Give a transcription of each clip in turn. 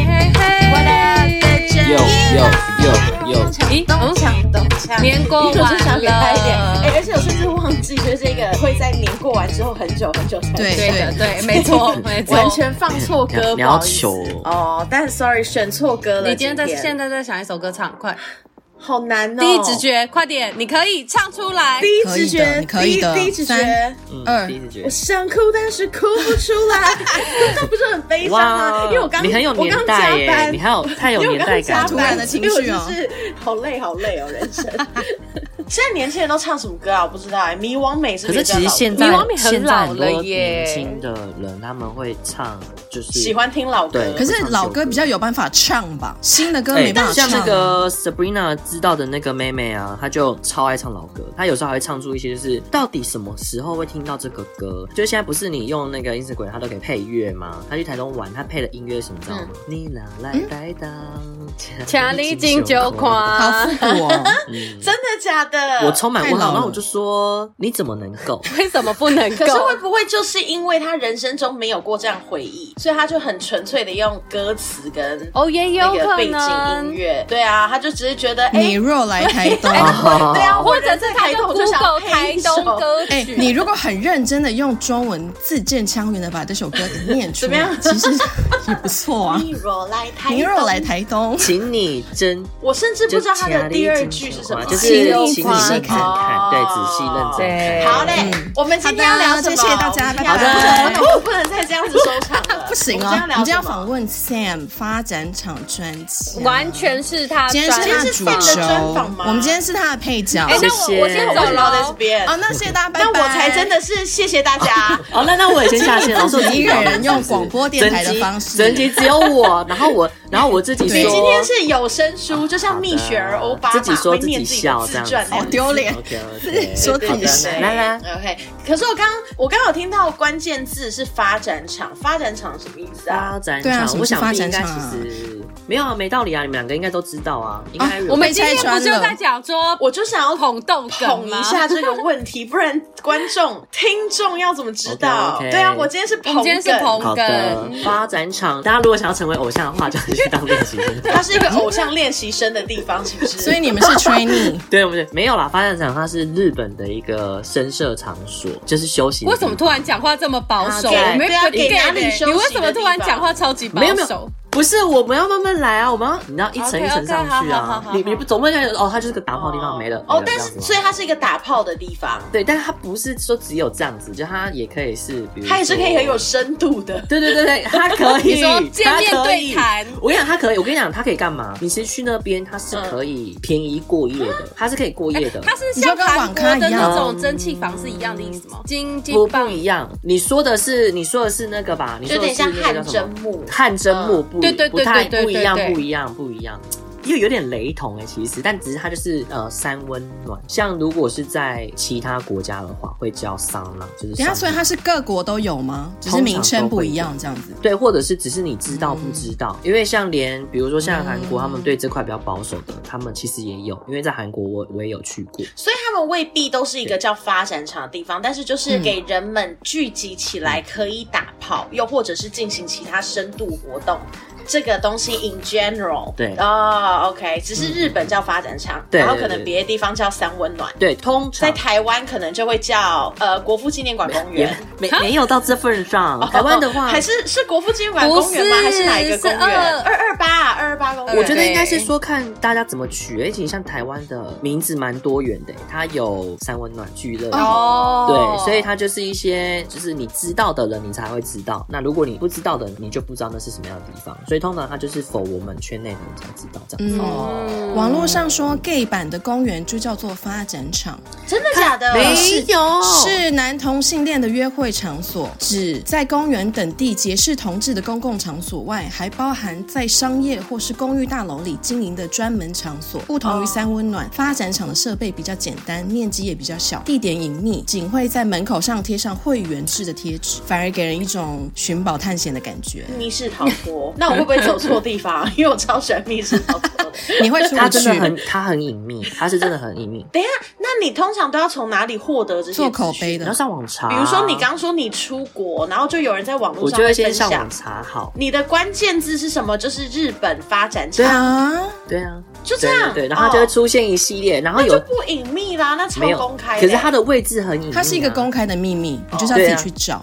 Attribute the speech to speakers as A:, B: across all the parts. A: 哦
B: 哎很久很久才
C: 对
A: 对的，对，没 错，没错。
B: 完全放错歌，
D: 你要
B: 不好意思
D: 求
B: 哦，但 sorry 选错歌了。
A: 你今天在现
B: 在
A: 在在想一首歌唱，快，
B: 好难哦，
A: 第一直，觉，快点，你可以唱出来。
B: 第一直觉，
C: 可以的
B: 第一
C: 你可以的
B: 第一直觉
C: 三。
D: 嗯，
C: 二
D: 第一次觉
B: 我
D: 得
B: 想哭，但是哭不出 来，这不是很悲伤吗？因为我刚
D: 你很有年
B: 我刚
D: 代
B: 加
D: 耶，
B: 班
D: 你还有太有
B: 因为我
D: 年
B: 刚
D: 代感
B: 加
D: 了，
B: 班，
C: 突然的情绪哦
B: 因为我就是好累好累哦，人生。 现在年轻人都唱什么歌啊？我不知道哎，迷惘美
D: 可
B: 是不
D: 是
B: 比较
D: 其实现
B: 老的
A: 迷
D: 在
A: 惘美很
D: 现在
A: 老
D: 很
A: 了
D: 多
A: 耶
D: 年轻的人他们会唱，就是
B: 喜欢听老歌，
D: 对
C: 可是老歌比较有办法唱吧，新的歌
D: 哎
C: 没办法唱。
D: 像那个 Sabrina 知道的那个妹妹啊，她就超爱唱老歌，她有时候还会唱出一些就是到底什么时候会听到这个歌？就现在不是你用那个 Instagram 它都可以配乐吗？她去台东玩，她配的音乐是什么你知道吗？你哪来
B: 嗯
D: 呆当？
A: 强力金酒款，
C: 好复古哦，
D: 嗯
B: 真的假的？
D: 我充满问
C: 太老
D: 号，
C: 了
D: 然后我就说你怎么能够？
A: 为什么不能够？
B: 可是会不会就是因为他人生中没有过这样回忆，所以他就很纯粹的用歌词跟
A: 哦，也有
B: 那个
A: 哦可
B: 背景音
A: 能，
B: 乐？对啊，他就只是觉得 哎。
C: 你若来台 东。
B: 对啊，
A: 哦或
B: 我
A: 者
B: 人
A: 是
B: 在
A: 他
B: 台
A: 就
B: 东，我就想
A: Google
B: 配
A: 台
B: 一首
A: 东歌
C: 哎、
A: 曲。
C: 你如果很认真的用中文字正腔圆的把这首歌给念出
B: 怎么
C: 来
B: 样，
C: 其实 也不错啊。
B: 你若来台东，
C: 你若来台东，
D: 请你真
B: 我甚至不知道他的第二句是什么。
D: 就是
C: 请
D: 请
C: 你
D: 你认真
B: 哦
D: 看，对，仔细认真
A: 对
D: 看。
B: 好嘞，我们今天要聊什么？
C: 嗯好的谢谢大
B: 我
C: 家
B: 们今天要
C: 拜
D: 拜
B: 聊什么我不能再这样子收场了，
C: 不行
B: 我们今天
C: 哦，
B: 要
C: 我
B: 聊
C: 们今天要
B: 什么
C: 访问 Sam 发展场专辑，
A: 完全是他
C: 今天
A: 专
C: 是他
A: 辑
C: 的
B: 今
C: 主
B: 天是 Sam 的专访
C: 轴
B: 吗，
C: 我们今天是他的配角。
A: 哎，
C: 哦，
A: 那
D: 谢谢
A: 我我先走
B: 我就聊
A: 了
B: 在这
A: 哦。
B: 边。
C: 那谢谢大家，嗯拜拜。
B: 那我才真的是谢谢大家。
D: 哦，那那我也先下线了，是
C: 自己
D: 我自己
C: 一个人
D: 聊的
C: 用
D: 是不是
C: 广播电台的
D: 整集
C: 方式
D: 整 集只有我，然后我，然后我自己说，哦
C: 对
B: 你今天是有声书，就像
D: 好的
B: 蜜雪儿奥巴马
D: 自己说
B: 会
D: 自
B: 念
D: 己
B: 自己的
D: 笑
B: 自
D: 这样子
B: 传，
C: 好丢脸
D: ，OK
C: 说自
B: 对
C: 己
B: 对
C: 的
B: 对，
C: 谁
D: 来来。
B: OK。可是我刚我刚有听到关键字是发展场，发展场什么意思啊？
D: 发展
C: 对啊
D: 场
C: 什，么
D: 我
C: 是
D: 想
C: 发
D: 必应
C: 展
D: 该
C: 场啊
D: 其实没有啊，没道理啊，你们两个应该都知道啊，应该有
A: 我们今天
C: 被拆
A: 不
C: 穿
A: 就
C: 了
A: 在讲说
B: 我就想要
A: 哦捧逗
B: 捧
A: 梗吗
B: 一？下这个问题，不然观众、听众要怎么知道？
D: OK，OK
B: 对啊，我今天是捧
A: 我们今天是
B: 梗
A: 捧
D: 好的
A: 梗
D: 发展场，大家如果想要成为偶像的话，就要去当练习 生。
B: 它是一个偶像练习生的地方，是 不是？
C: 所以你们是 trainee，
D: 对，我们就没有啦。发展场它是日本的一个声社场所，就是休息。
A: 为什么突然讲话这么保守？
D: 啊对
A: 我没
B: 对啊
A: 有
B: 给
A: get
B: 哪里
A: 欸
B: 休息
A: 你为什么
B: 的地
A: 突然
B: 方
A: 讲话超级保
D: 没有没
A: 守
D: 有？不是，我们要慢慢来啊，我们要你知道一层一层上去
A: OK，OK，好好
D: 啊
A: 好。
D: 你你不总不能哦，它就是个打炮地方没了。
B: 哦
D: 没了，
B: 但
D: 这
B: 是
D: 样子吗
B: 所以它是一个打炮的地方，
D: 对，但它不是说只有这样子，就它也可以是，比如
B: 它也是可以很有
D: 说。
B: 深度的。
D: 对对对对，它可以，
A: 你说见面
D: 它可以
A: 对谈
D: 我跟你讲，它可以，我跟你讲，它可以干嘛？你其实去那边，它是可以便宜过夜的，它是可以过夜的。
A: 它是
C: 你就
A: 像
C: 跟
A: 韩
C: 网
A: 国
C: 咖
A: 的
C: 一样
A: 那种蒸汽房是一样的意思吗？金金
D: 不
A: 棒
D: 不一样，你说的是你说的是那个吧？你说
B: 有
D: 的
B: 点
D: 是
B: 像
D: 那个
B: 汗
D: 叫什
B: 蒸
D: 么？
B: 木，
D: 汗蒸木不
A: 对对对
D: 不太
A: 对对
D: 不一样
A: 对对
D: 不一样不一样，又有点雷同哎、其实，但只是它就是呃三温暖。像如果是在其他国家的话，会叫桑朗，就是
C: 等一
D: 桑
C: 下，
D: 朗。
C: 所以它是各国都有吗？只是名称不一样这样子。
D: 对，或者是只是你知道不知道？因为像连比如说像韩国，他们对这块比较保守的，他们其实也有。因为在韩国我我也有去过，
B: 所以他们未必都是一个叫发展场的地方，但是
D: 嗯
B: 就是给人们聚集起来可以打炮，又或者是进行其他深度活动。这个东西 in general，
D: 对嗯
B: 哦，OK，只是日本叫发展场，
D: 对
B: 然后
D: 对
B: 可能
D: 对
B: 别的地方叫三温暖，
D: 对，通
B: 在
D: 常
B: 台湾可能就会叫呃国父纪念馆公
D: 也
B: 园。
D: 没没有到这份上。台湾的话
B: 哦
D: 呃
B: 还是是国父纪念馆公园吗？
A: 不是
B: 还是哪一个公园？
A: 是二
B: 二二八啊，二二八公园。
D: 我觉得应该是
A: 对
D: 说看大家怎么取，而且像台湾的名字蛮多元的，它有三温暖俱乐部。
A: 哦，
D: 对，所以它就是一些，就是你知道的人，你才会知道。那如果你不知道的，你就不知道那是什么样的地方。所以通常它就是否我们圈内的人才知道这样。
C: 嗯，
B: 哦
A: 嗯
C: 网络上说 gay 版的公园就叫做发展场，
B: 真的假的？
D: 有
C: 是男同性恋的约会场所，指在公园等地结识同志的公共场所外，还包含在商业或是公寓大楼里经营的专门场所。不同
D: 哦
C: 于三温暖，发展场的设备比较简单，面积也比较小，地点隐秘，仅会在门口上贴上会员制的贴纸，反而给人一种寻宝探险的感觉。
B: 密室逃脱，那我会不会走错地方？ 因为我超喜欢密室逃脱的。
C: 你会出
D: 它
C: 不
D: 真的
C: 去？
D: 很，它很隐秘，它是真的很隐秘。
B: 等一下，那你通常都要从哪里获得这些
C: 做口
B: 资讯
C: 碑
D: 你要
C: 的。
D: 上网查。
B: 比如说你，刚说你出国，然后就有人在网络
D: 我
B: 上
D: 就会先
B: 分
D: 上
B: 享
D: 网。查好。
B: 你的关键字是什么？就是日本发展
D: 对
B: 厂，
C: 啊，
D: 对啊，
B: 就哦这样。
D: 对对对，然后它就会
B: 哦
D: 出现一系列，然后
B: 那就
D: 有
B: 不隐秘啦，那超
D: 没有
B: 公开的。
D: 可是它的位置很隐秘啊，
C: 它是一个公开的秘密，你就是要
D: 啊
C: 自己去找。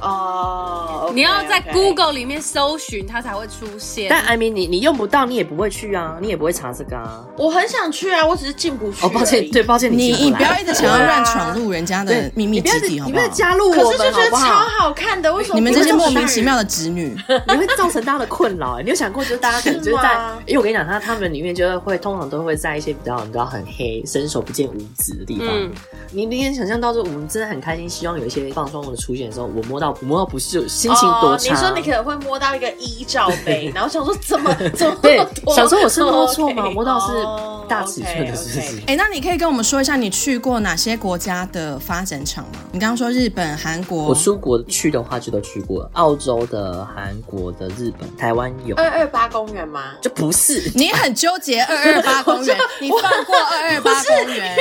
B: 哦，
A: 你要在
B: OK，OK
A: Google 里面搜寻，它才会出现。
D: 但艾米，你你用不到，你也不会去啊，你也不会查这个啊。
B: 我很想去啊，我只是进不去。
D: 哦，抱歉，对，，抱歉，
C: 你
D: 进
C: 你
D: 来
C: 不要一直想要乱闯入人家的
D: 对啊
C: 秘密
D: 你不要
C: 基
D: 一直
C: 地，好
D: 你
C: 不
D: 不
C: 好
D: 要？加入我
B: 可是就
D: 们，
B: 觉得
D: 好不
B: 超
D: 好？
B: 好看的，为什么
C: 你们这些莫名其妙
B: 的？
C: 的侄女，
D: 你会造成大家的困扰、欸。你有想过，就是大家可能就是
B: 是
D: 在
B: 吗，
D: 因为我跟你讲，他他们里面就是会通常都会在一些比较你知道很黑、伸手不见五指的地方。
A: 嗯
D: 你你也想象到，说我们真的很开心，希望有一些放松的出现的时候，我摸到我摸到不是心情多差。
B: 哦。你说你可能会摸到一个一罩 杯，然后想说怎么怎么
D: 对
B: 那么多？
D: 想说我是摸错吗
B: OK，
D: 摸到是
B: 哦
D: 大尺寸的是不是
B: OK，OK
C: 哎、那你可以跟我们说一下你去过哪些国家的发展场吗？你刚刚说日本、韩
D: 我
C: 国，
D: 出国去的话，就都去过了澳洲的、韩国的、日本、台湾有，
B: 二二八公园吗？
D: 就不是。
C: 你很纠结二二八公园，你放过二二八公园，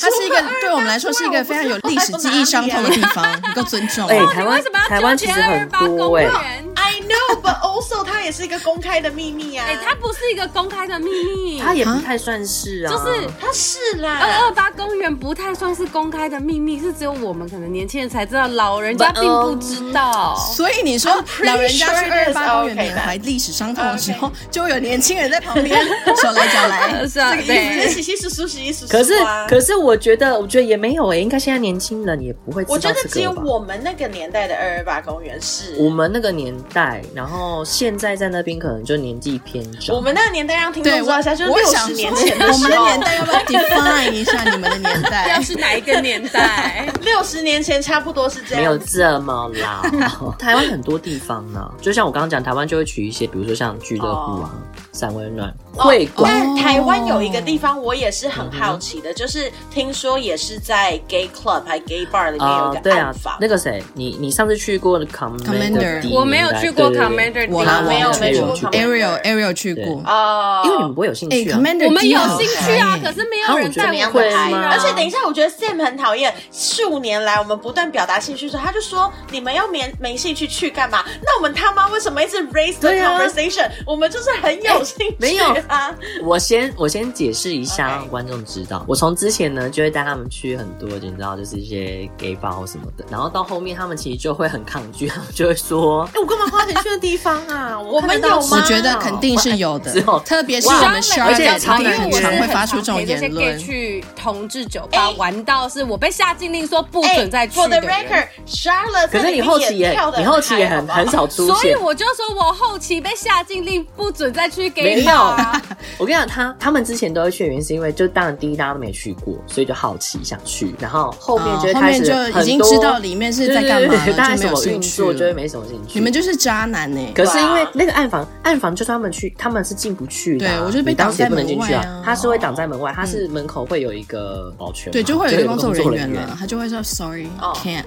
C: 它是一个对我们来说是一个非常有历史记忆伤痛的地方，你够尊重。哦
D: 哎、
A: 你
D: 台
A: 为
D: 湾
A: 什么要
D: 台湾
A: 纠
D: 其
A: 结
D: 实
A: 二
D: 很
A: 二八公
D: 多哎、
A: 园？
B: I know, but also 它也是一个公开的秘密啊。
A: 哎、它不是一个公开的秘密，
D: 它也不太算是啊，
A: 就是
B: 它是啦，
C: 呃
A: 二二八公园不太算是公开的秘密，是只有我们可能年轻人才知道，老人家
D: But,
A: 并不知道。
C: 所以你说
B: I'm pretty
C: 老人家去
B: sure
C: 二
B: it
C: 二
B: is
C: 八公园
B: okay
C: 缅怀历史伤痛的时候，就会有年轻人在旁边手来脚来。
A: 是啊，
B: 这个意 思是
A: 对，
B: 洗洗漱漱洗洗漱
D: 可是
B: 漱啊，
D: 可是我觉得，我觉得也没有诶、欸应该现在年轻人也不会知道
B: 我觉得只
D: 这
B: 有
D: 个吧。
B: 我们那个年代的二二八公园是。
D: 我们那个年代，然后现在在那边可能就年纪偏长。
B: 我们那个年代让听众
C: 对，
B: 知
C: 我
B: 道一下，就是
C: 我
B: 六
C: 想
B: 十
C: 说
B: 年前的时候，
C: 我们的年代要不要 define 一下你们的年代
A: 要？是哪一个年代？
B: 六十年前差不多是这
D: 没有
B: 样。
D: 这么 老，台湾很多地方呢、就像我刚刚讲，台湾就会取一些，比如说像俱乐部
B: 哦
D: 啊、散温暖、会馆，
B: 但台湾有一个地方我也是很好奇
D: 嗯
B: 的，就是听说也是在 gay club 还 gay bar 里面有一
D: 对
B: 个
D: 啊
B: 暗房，，
D: 那个谁，你你上次去过的
C: Commander
D: Commander，D
A: 我没有去过
D: 对对对
A: Commander
C: 我啦，
B: 没有
C: 我
B: 没
C: 去
B: 有
C: 过
B: 没有
C: Ariel Ariel 去过。
B: 哦，
D: 因为你们不会有兴
C: 哎
D: 趣啊。
C: ，Commander，
A: 我们
C: D
A: 有
C: 好
A: 兴趣
C: 嗨
A: 啊
C: 哎，
A: 可是没有人
B: 怎
A: 在
B: 么样
A: 我
B: 的
D: 会
B: 拍
D: 吗
B: 而且等一下，我觉得 Sam 很讨厌，数年来我们不断表达兴趣的时候，他就说你们要没没兴趣去干嘛？那我们他妈为什么一直 raise the
D: 对啊哎
B: conversation？、我们就是很有兴趣、啊
D: 没有哎
B: 啊，
D: 我先我先解释一下，
B: OK
D: 让观众知道。我从之前呢就会带他们去很多，你知道，就是一些 gay bar 或什么的。然后到后面他们其实就会很抗拒，他们就会说：“哎、我干嘛花钱去的地方 啊？我看得到吗
C: 我觉得肯定是有的
D: 之后，
C: 特别是我们十二
D: 而且
C: 月
D: 超
C: 常
D: 难
C: 很
D: 约
C: 常会发出这种言
A: 我也
C: 论
A: 是。去同志酒吧玩到是我被下禁令说不准再去
B: 哎 For the
A: 的人。
B: record，Charlotte，
D: 可是你后期也
B: 跳的，
D: 你后期也很
B: 哦
D: 很。少出
A: 所以
D: 现。
A: 我就说，我后期被下禁令不准再去给
D: 没
A: 你
D: 有
A: 啊！
D: 我跟你讲，他他们之前都会去，原因是因为就当然第一大家都没去过，所以就好奇想去，然后后面就会
C: 哦后
D: 开
C: 面
D: 始
C: 就
D: 很多、
C: 已经知道里面是在干嘛
D: 对对对对大
C: 了，
D: 概
C: 就没
D: 什
C: 有
D: 么运
C: 兴趣
D: 作，就会
C: 了。
D: 没什么兴趣。
C: 你们就是啊渣男欸呢、
D: 可是因为
B: 哇
D: 那个暗房，暗房就算他们去，他们是进不去的啊、
C: 对我就是被
D: 你当时也不能
C: 挡在
D: 进
C: 门
D: 去
C: 外啊
D: 啊。他是会挡在门外，他是门口会有一个保全嘛，
C: 对，就会有一
D: 有
C: 个工作人员
D: 员
C: 了，。他就会说 sorry
B: 哦
C: can't。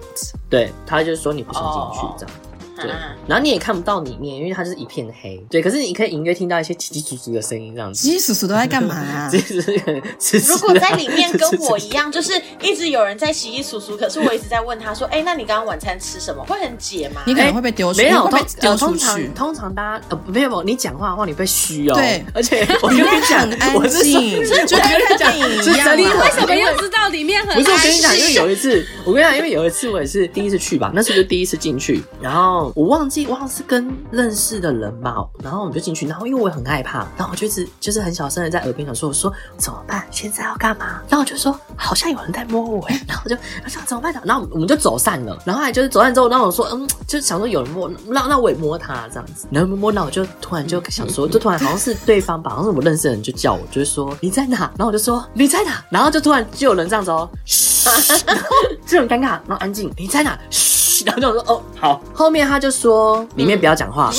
D: 对，他就说你不想进去
B: 哦
D: 这样。
B: 嗯
D: 对，然后你也看不到里面，因为它就是一片黑。对，可是你可以隐约听到一些叽叽喳喳的声音，这样子。
C: 鸡叔叔都在干嘛、啊
D: 就？是
B: 如果在里 面跟我一样，就是一直有人在洗衣簌簌，可是我一直在问他说：“哎、那你刚刚晚餐吃什么？会很解吗？”
C: 你可能会被丢出，
D: 没有
C: 会
D: 通
C: 被丢
D: 呃
C: 出
D: 通
C: 去
D: 常。通常大家呃没有没有，你讲话的话你被虚哦。
C: 对
D: 而 且我跟你讲
C: 很，安
D: 我是说
C: 静，就跟看电影一
D: 是
C: 样
D: 真的
C: 嘛。
A: 为什么要知道里面很
D: 不是我跟
A: 安
D: 你讲，因为
A: 静
D: 有一次，我跟你讲，因为有一次我也是第一次去吧，那是不是第一次进去？然后我忘记，忘了是跟认识的人吧，然后我们就进去，然后因为我也很害怕，然后我就一直就是很小声的在耳边讲说，我说怎么办？现在要干嘛？然后我就说好像有人在摸我、欸，然 后我就我想怎么办？然后我们就走散了，然后后来就是走散之后，然后我说嗯，就想说有人摸，那那我也摸他这样子，然后摸摸到我就突然就想说，就突然好像是对方吧，好像是我认识的人就叫我，就是说你在哪？然后我就说你在哪？然后就突然就有人这样子哦。这种尴尬，然后
C: 嗯
D: 安静，你在哪？嘘，然后就说哦好。后面他就说里面不要讲话，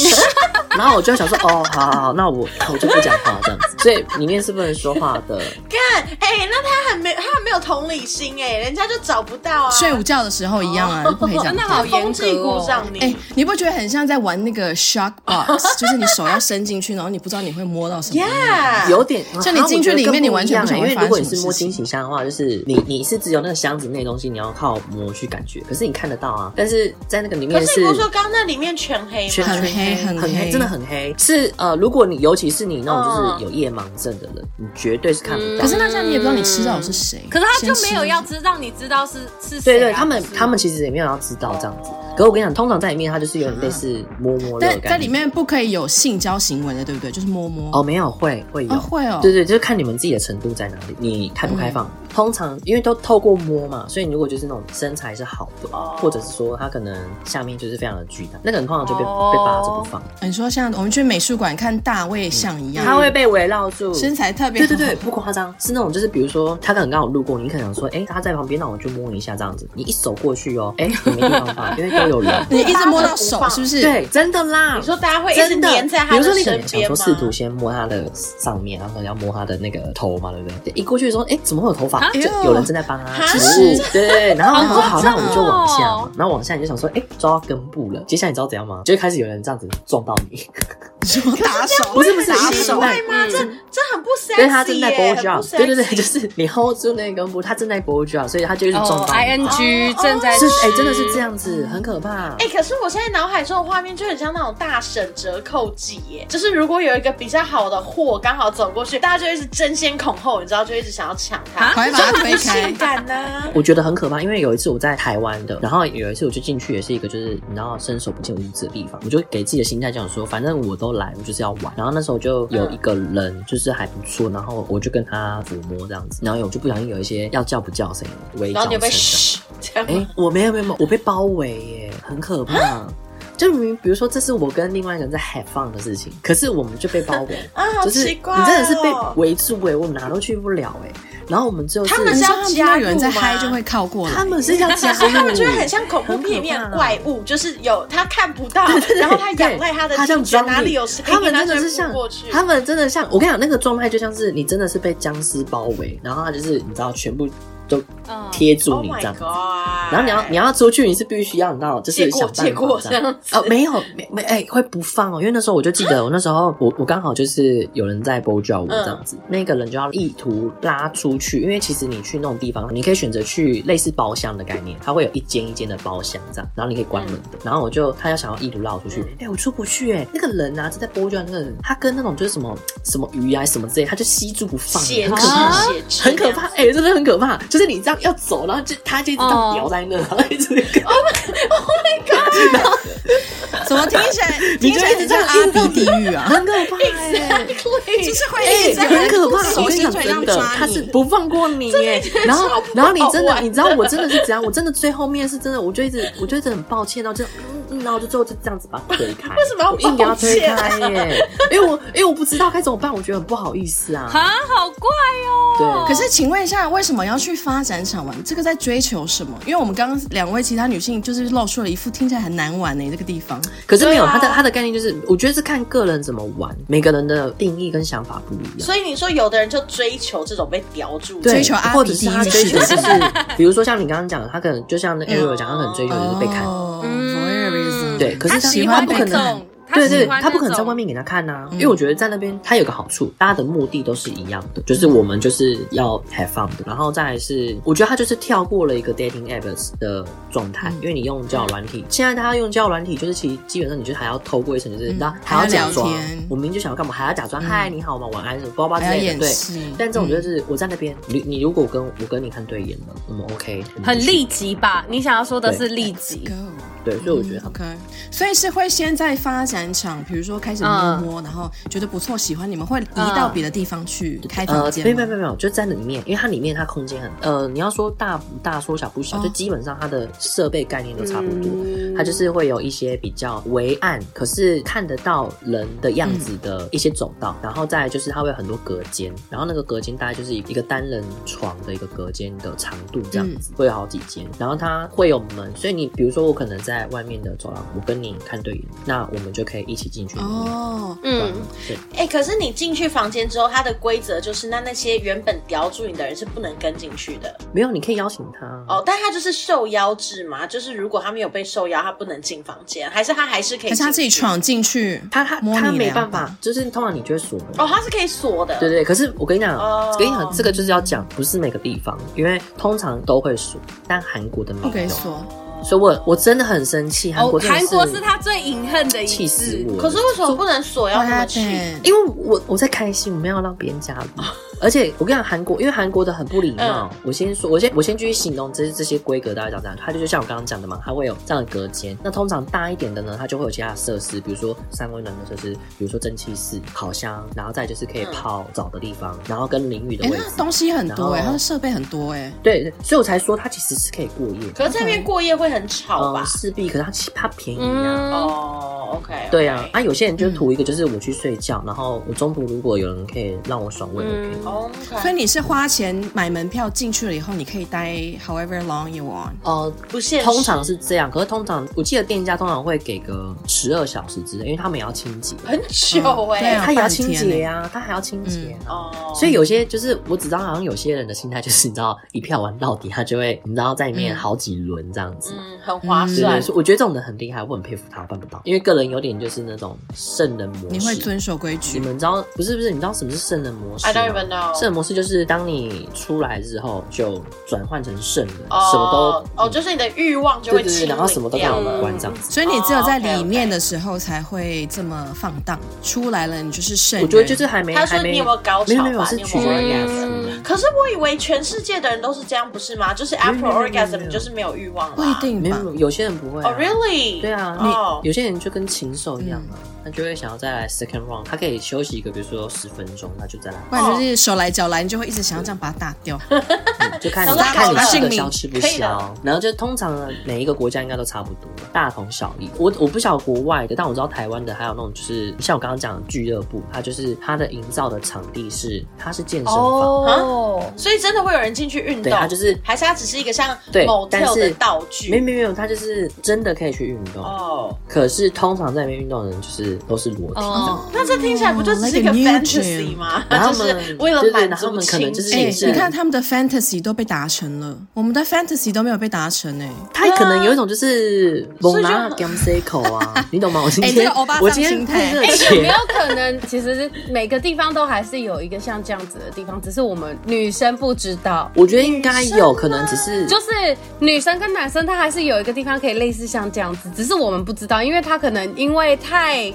D: 然后我就想说，哦，好好好，那我我就不讲话这样 子。所以里面是不能说话的。
B: 干，哎、那他很没，他很没有同理心哎、人家就找不到啊。
C: 睡午觉的时候一样啊，就不可以讲
A: 那
C: 话。
A: 好严格
B: 风纪
A: 哦
B: 鼓。掌你，
C: 哎、你不觉得很像在玩那个 shock box？就是你手要伸进去，然后你不知道你会摸到什么。
B: Yeah，
D: 有点，
C: 啊就你进去里面你完全不
D: 想、
C: 想
D: 欸因为
C: 会发
D: 如
C: 生
D: 果
C: 什
D: 你
C: 么事情
D: 是摸惊喜箱的话，就是你你是只有那个箱子内东西，你要靠摸去感觉，可是你看得到啊。但是在那个里
B: 可
D: 面
B: 是你不是说刚刚那里面全黑吗？
D: 全
C: 很
D: 全
C: 黑很
D: 很
C: 黑
D: 真的很黑。是呃，如果你尤其是你那种
B: 嗯
D: 就是有夜盲症的人，你绝对是看不到。
C: 可是那这样你也不知道你吃到的是谁。
A: 可是他就
C: 先
A: 没
C: 吃
A: 有要知道，你知道是是谁、
D: 对
A: 啊？
D: 对，他们
A: 不是
D: 他们其实也没有要知道这样子。可是我跟你讲，通常在里面它就是有点类似摸摸乐的
C: 但
D: 感觉。
C: 在里面不可以有性交行为的，对不对？就是摸摸。
D: 哦，没有，会会有、
C: 哦会哦嗯
D: 对对，就是看你们自己的程度在哪里，你开不开放。通常因为都透过摸嘛，所以你如果就是那种身材是好的，
B: 哦
D: 或者是说他可能下面就是非常的巨大，那个人通常就被、
A: 哦
D: 被扒着不放，
C: 哦你说像我们去美术馆看大卫像一样，
D: 他会被围绕住。
C: 身材特别
D: 对
C: 好
D: 对对，，不夸张，是那种就是比如说他可能刚好路过，你可能想说，哎、他在旁边，那我就摸一下这样子。你一手过去哦，哎、你没地方 放，因为都有人。
C: 你一直摸到手是不是？
D: 对，真的啦。
B: 你说大家会一直
D: 真的
B: 黏在
D: 比
B: 他
D: 如说
B: 的
D: 你可
B: 身
D: 能想说
B: 边吗？
D: 试图先摸他的上面，然后可能要摸他的那个头嘛，对不对？一过去说，哎，怎么会有头发？就有人正在帮他
B: 啊
D: 织物，对对对。然后他说好，
A: 好夸
D: 那
A: 张
D: 我们就往下
A: 哦
D: 嘛，然后往下你就想说，哎，抓到根部了。接下来你知道怎样吗？就会开始有人这样子撞到你，
C: 你说打手
D: 不是不是
C: 打
D: 是
B: 奇
C: 手
D: 手，
B: 怪吗？
A: 嗯
B: 这这很不
D: 因
B: sexy
D: 为他正在
B: 耶
D: blow
B: 很
D: job，
B: 不 sexy
D: 对对对，就是你 hold 住那根部，他正在 blow job，所以他就一直撞
A: 哦
D: 到
A: ，I
D: 你
A: N。G
B: 哦
A: 正在
D: 是哎，真的是这样子，很可怕。
B: 哎、可是我现在脑海中的画面就很像那种大省折扣季耶，就是如果有一个比较好的货刚好走过去，大家就一直争先恐后，你知道，就一直想要抢它，
C: 赶快把它推开
B: 性。感 呢、啊。
D: 我觉得很可怕，因为有一次我在台湾的，然后有一次我就进去也是一个就是你知道伸手不见五指的地方，我就给自己的心态讲说，反正我都来，我就是要玩。然后那时候就有一个人就是还不错，然后我就跟他抚摸这样子，然后我就不小心有一些要叫不叫的声音，微
B: 然
D: 叫
B: 后
D: 声
B: 你
D: 这
B: 就被
D: 样。
B: 嘘，这样
D: 哎、
B: 吗
D: 我没有没有没有，我被包围耶，很可怕。 啊就明明比如说，这是我跟另外一个人在海放的事情，可是我们就被包围，
B: 啊，好
D: 就是
B: 奇
D: 你
B: 怪、哦，
D: 真的是被围住哎，我哪都去不了哎。然后我们最后是
B: 他们
C: 你
B: 是
C: 说
B: 要
C: 他们听到有人在
B: 加入吗
C: 嗨就会靠过
D: 他
C: 来，
D: 们是要加入，
B: 他们就会很像恐怖片里面
D: 哦很
B: 的
D: 可怕
B: 怪物，就是有他看不到，
D: 对
B: 然后他仰赖他的
D: 他像
B: 直觉，
D: 装
B: 哪
D: 你
B: 里有声音，
D: 他们真的是
B: 他就
D: 像
B: 会扑过去，，Oh
D: 他们真的像我跟你讲，那个状态就像是你真的是被僵尸包围，然后他就是你知道全部都
A: 嗯
D: 贴住
B: Oh
D: 你
B: my
D: 这样子。
B: god！
D: 然后你要你要出去，你是必须要你知道，就是
B: 借过
D: 想办
B: 借过
D: 法这样哦，没有没没哎、会不放哦，因为那时候我就记得，我那时候我我刚好就是有人在 b o 我这样子，那个人就要意图拉出去，因为其实你去那种地方，你可以选择去类似包厢的概念，它会有一间一间的包厢这样，然后你可以关门的。然后我就他要想要意图拉我出嗯去，哎、我出不去哎、那个人啊，就在 b o 那个人，他跟那种就是什么什么鱼啊什么之类，他就吸住不放，
B: 血
D: 很
B: 汁
D: 可怕。
B: 血汁，
D: 很可怕，。 哎、真的很可怕。就是你这样要走，然后就他就一直这样
A: 哦
D: 摇在那，然后一直跟
C: 怎么听起来
D: 你
C: 听
D: 就
C: 起来
D: 一直
C: 很
D: 这
C: 像
D: 样
C: 阿比地狱啊？哎
D: 很可怕、欸，
C: 就是会一直在
D: 很可怕。我
C: 手
D: 跟你
C: 心
D: 讲，
C: 腿上
D: 真的，
C: 抓
D: 他是
C: 你。
D: 不放过你耶。然后，然后你真的，你知道我真的是这样，我真的最后面是真的，我就一直，我就一直很抱歉，然后就，嗯嗯，然后就最后就这样子把它推开。为
B: 什么要
D: 我硬给它推
B: 抱
D: 开耶？因为我，因为我不知道该怎么办，我觉得很不好意思啊。
A: 啊，好怪哦。
D: 对
C: 可是，请问一下，为什么要去发展场玩？这个在追求什么？因为我们刚刚两位其他女性就是露出了一副听起来很难玩呢、这个地方。
D: 可是没有
B: 对啊
D: 他的他的概念就是，我觉得是看个人怎么玩，每个人的定义跟想法不一样。
B: 所以你说有的人就追求这种被叼住，
D: 对
C: 追求阿
D: 或
C: 比
D: 者
C: 地
D: 是
C: 狱
D: 他
C: 式
D: 追求
C: 的
D: 就是，比如说像你刚刚讲的，他可能就像那 Ariel 讲，他可能追求就是被看，
C: 哦
A: 嗯
C: voyeurism
D: 对，可
A: 他
D: 是
A: 喜
D: 因为他
A: 欢
D: 不
A: 那
D: 可能
A: 种。，
D: 对
A: 喜
D: 对，
A: 欢嗯
D: 他不可能
A: 那
D: 在
A: 种
D: 外面给他看呐、因为我觉得在那边他有个好处，大家的目的都是一样的，就是我们就是要 have fun 的，然后再来是，我觉得他就是跳过了一个 dating apps 的状
A: 嗯
D: 态，因为你用交友软体，现在大家用交友软体，就是其实基本上你就还要透过一层，就是
A: 嗯
D: 你知道还要假装
C: 还要聊天，
D: 我明明就想要干嘛，还要假装嗨你好吗，晚安什么包包之
C: 还要
D: 类的，
C: 掩
A: 啊
D: 对，
C: 饰。
D: 但这种
A: 嗯
D: 就是我在那边，你你如果跟我跟你看对眼了，我们 OK，我们
A: 很
D: 继续
A: 立即吧？你想要说的是立即
C: Go，
D: 对，所以我觉得他
C: OK，所以是会先在发展场，比如说开始摸摸，然后觉得不错，喜欢，你们会移到别的地方去开房
D: 呃，
C: 间
D: 没有没
C: 吗
D: 有没有没有，就在里面，因为它里面它空间很呃，你要说大不大说小不小，
C: 哦嗯
D: 就基本上它的设备概念都差不多，它嗯就是会有一些比较微暗，可是看得到人的样子的一些走道，然后再来就是它会有很多隔间，然后那个隔间大概就是一个单人床
C: 嗯
D: 的一个隔间的长度这样子，会有好几间，然后它会有门，所以你比如说我可能在在外面的走廊，我跟你看对眼，那我们就可以一起进去里面。
C: 哦，
B: 嗯，
D: 对，
B: 哎、可是你进去房间之后，它的规则就是，那那些原本叼住你的人是不能跟进去的
D: 没有，你可以邀请他。
B: 哦。但他就是受邀制嘛，就是如果他没有被受邀，他不能进房间，还是他还是可以进
C: 可
B: 去？
C: 是他自己闯进去，
D: 他他
C: 摸
D: 他
C: 你
D: 没
C: 两
D: 办
C: 把
D: 法，就是通常你就会锁门。
B: 哦，他是可以锁的。
D: 对对，可是我跟你讲
B: 哦，
D: 跟你讲，这个就是要讲，不是每个地方，因为通常都会锁，但韩国的没
C: 不
D: 有。
C: 给锁，
D: 所以我我真的很生气，韩
A: 哦
D: 国，真的
A: 韩国是他最隐恨的一
D: 气死
A: 次。
D: 我了。
B: 可是为什么不能锁？要那么气？
D: 因为我我在开心，我没有要让别人加入。而且我跟你讲，韩国因为韩国的很不礼貌。我先说，我先我先继续形容这这些规格，大家讲讲。它就像我刚刚讲的嘛，它会有这样的隔间。那通常大一点的呢，它就会有其他的设施，比如说三温暖的设施，比如说蒸汽室、烤箱，然后再就是可以
B: 嗯
D: 泡澡的地方，然后跟淋浴的
C: 哎，
D: 位置
C: 那。东西很多
D: 然
C: 哎，
D: 后
C: 他的设备很多哎，
D: 对，对所以我才说它其实是可以过夜。
B: 可是在那边过夜会很吵吧
D: 嗯，？势必，可是它其它便宜啊。
A: 嗯，
B: 哦，OK，
D: 对啊，啊，有些人就
C: 嗯
D: 图一个，就是我去睡觉，然后我中途如果有人可以让我爽，我也 OK。
A: 嗯
B: ，OK，
C: 所以你是花钱买门票进去了以后，你可以待 however long you want。
D: 哦，
B: 不现实。
D: 通常是这样，可是通常我记得店家通常会给个十二小时之类，因为他们也要清洁，
B: 很久
C: 嗯对
B: 哎、
C: 啊
D: 他也要清洁啊，他还要清洁啊。
B: 哦，
D: 所以有些就是我只知道，好像有些人的心态就是你知道一票玩到底，他就会你知道在里面
C: 嗯
D: 好几轮这样子。
B: 嗯，很划
D: 对
B: 算
D: 对，。所以我觉得这种人很厉害，我很佩服他办不到，因为个人有点就是那种圣人模式。
C: 你会遵守规
D: 你
C: 矩，
D: 们知道不是不是？你知道什么是圣人模式
B: I
D: 吗
B: don't even know
D: 圣人模式就是啊当你出来之后就转换成圣人，
B: 哦
D: 什么都
B: 哦，就是你的欲望就
D: 对
B: 会
D: 对
B: 清
D: 对，
B: 零
D: 然后什么都跟
B: 掉
D: 我
A: 了
D: 们玩这样子。
C: 所以你只有在
B: 哦，OK，OK
C: 里面的时候才会这么放荡，出来了你就是圣人。
D: 我觉得
B: 啊
D: 就是还没，
B: 他说
D: 还没
B: 你有没有高潮吧
D: 没有没有，是
B: 你有
D: 取
B: 没有
D: 决于
B: orgasm？
D: 嗯
B: 可是我以为全世界的人都是这样，不是吗？就是 after
D: 没有没有没
B: orgasm
D: 有
B: 就是没有欲望了。
C: 不一定
D: 没有
C: 吧
D: 没？有，有些人不会啊。
B: 嗯哦、r e a l l y
D: 对啊，
B: 哦
D: 你有些人就跟禽兽一样啊，他就会想要再来 second round，他可以休息一个，比如说十分钟，他就再来，
C: 不然就是手来脚来，你就会一直想要这样把它打掉。
D: 嗯就看你
B: 好了
D: 看你
B: 好了
D: 吃
C: 信
D: 得
C: 你
D: 消吃不
B: 可以
D: 消
B: 的。
D: 然后就通常呢每一个国家应该都差不多，大同小异。我我不晓得国外的，但我知道台湾的还有那种就是像我刚刚讲的俱乐部，它就是它的营造的场地是它是健身房。
A: 哦，
B: 所以真的会有人进去运
D: 对
B: 动，
D: 他就是
B: 还是他只是一个像
D: 对
B: 某
D: 但
B: tel
D: 是
B: 的道具？
D: 没有没有没有，它就是真的可以去运动。
B: 哦，
D: 可是通常在那边运动的人就是都是裸体的，
A: 哦
B: 那这听起来不就只是一个
C: 哦，like a new
B: fantasy 吗？
D: 然后
B: 就
D: 他们
B: 是为了
D: 对对
B: 满
D: 然后他
B: 足
D: 们可
B: 情
D: 能就是
B: 绪
C: 哎、
D: 也是
C: 你看他们的 fantasy 都被达成了，我们的 fantasy 都没有被达成哎、
D: 他可能有一种就是猛
B: 以就
D: 拉 g a m c y c l 啊，你懂吗？我今
C: 哎这
D: 天、
C: 个欧巴桑
D: 我今天
C: 心态
D: 太热
A: 哎、
D: 情
A: 有没有可能，其实 每个地方都还是有一个像这样子的地方，只是我们女生不知道。
D: 我觉得应该有可能只是
A: 就是女生跟男生，他还是有一个地方可以类似像这样子，只是我们不知道，因为他可能因为太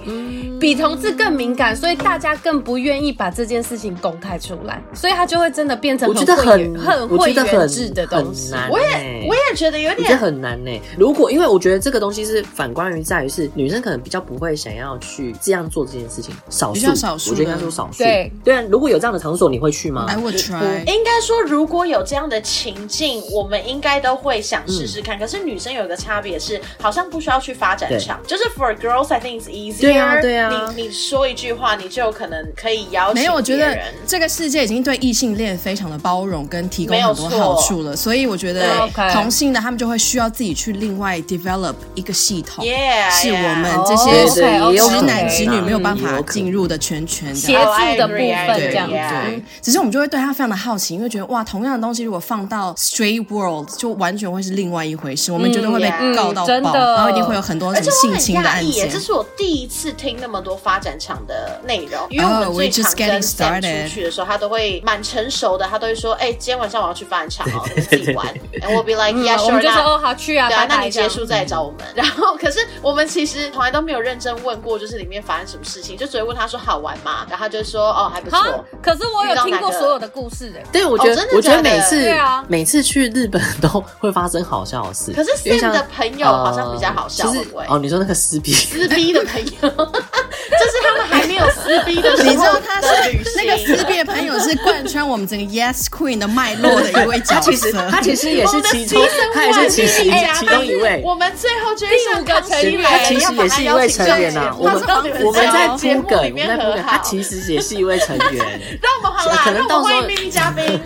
A: 比同志更敏感，所以大家更不愿意把这件事情公开出来，所以他就会真的变成
D: 我觉得
A: 会
D: 很
A: 员很
D: 我
A: 会
D: 觉得
A: 员
D: 很
A: 制的东西
D: 很。难欸、
B: 我也我也觉得有
D: 我觉得
B: 点
D: 很难呢、欸如果因为我觉得这个东西是反观于在于是女生可能比较不会想要去这样做这件事情，少
C: 比
D: 数
C: 较少数
D: 我觉得应
C: 的
D: 该说少数。
A: 对
D: 对啊，如果有这样的场所，你会去吗？
C: I would try。
B: 应该说，如果有这样的情境，我们应该都会想试试看。可是女生有一个差别是，好像不需要去发展场，就是 for girls I think is easier。
D: 对啊对啊
B: 你你说一句话，你就有可能可以邀请
C: 没有，我觉得
B: 别人
C: 这个世界已经对异性恋非常的包容跟提供
B: 没有
C: 很多
B: 错
C: 好处了，所以我觉
B: 对
C: 得
A: ，OK
C: 同性的他们就会需要自己去另外 develop 一个系统
B: Yeah，
C: 是
B: yeah
C: 我们
A: 哦
C: 这
D: 对
C: 些
D: 对也有可
C: 直
D: 能
C: 男直女没有办
D: 嗯也
C: 法
D: 有可能
C: 进入的圈圈这
A: 协
C: 样。
A: 助的部
B: I agree,
A: 分
B: I agree,
C: 对
A: 这样子。
B: yeah
C: 对，只是我们就会对他非常的好奇，因为觉得哇，同样的东西如果放到 straight world，就完全会是另外一回事，我们绝对会被
B: 嗯
C: 告到
A: 真
C: 爆，
A: 的
C: 然后一定会有很多
B: 而
C: 什
B: 且
C: 么
B: 我
C: 性
B: 很
C: 侵的
B: 讶
C: 案
B: 异耶，
C: 件
B: 这。是我第一次听那么多发展场的内容，因为我
C: Oh,
B: 们
C: we're
B: 最常
C: just
B: 跟
C: getting
B: Sam
C: started.
B: 出去的时候，他都会蛮成熟的，他都会说：“哎、今天晚上我要去发展场哦，我们自己玩。” And we'll be like,
C: Mm,
B: yeah,
A: 嗯我
B: sure,
A: 们就说
B: 那
A: 哦好去啊，
B: 对啊，
A: 拜拜
B: 那你
A: 这
B: 结
A: 样
B: 束再来找我们。 然后，可是我们其实从来都没有认真问过，就是里面发生什么事情，就只会问他说好玩吗？然后他就说哦还不
A: 哈
B: 错。，
A: 可是我有听
B: 遇到哪
A: 过
B: 个
A: 所有的故事哎、
D: 对，我觉得、
B: 哦真的
D: 我觉
B: 假
D: 得
B: 的
D: 每次、
A: 对啊
D: 每次去日本 都会发生好笑的事。
B: 可是
D: 因为
B: Sam
D: 像
B: 的朋友好像比较好笑，
D: 呃
B: 会
D: 其实
B: 不会？
D: 哦，你说那个撕逼，
B: 撕逼的朋友， 就是他们还没有撕逼的时候，
C: 你知道他是那个
B: 撕
C: 撕逼的朋友是贯穿我们整个 Yes Queen 的脉络的一位角色。
D: 其实他其实也
B: 我
D: 是
B: 们的
D: 其中
B: season，
D: 他也是
B: one
D: 其
B: 第
D: 其
B: 一家
D: 其中一位。
B: 我们最后就是
A: 第五个成员
D: 他
B: 来，
D: 其实也是一位成员呐、
B: 要
D: 我
B: 把
D: 们
B: 他邀请上节目
D: 我们在
B: 节
D: 铺
B: 目
D: 梗，
B: 里
D: 我们
B: 面
D: 在铺
B: 和
D: 梗，他
B: 好。
D: 其实也是一位成员。
B: 让我们好啦，
D: 可能
B: 让我
D: 到时
B: 们
D: 候
B: 欢迎秘密嘉宾。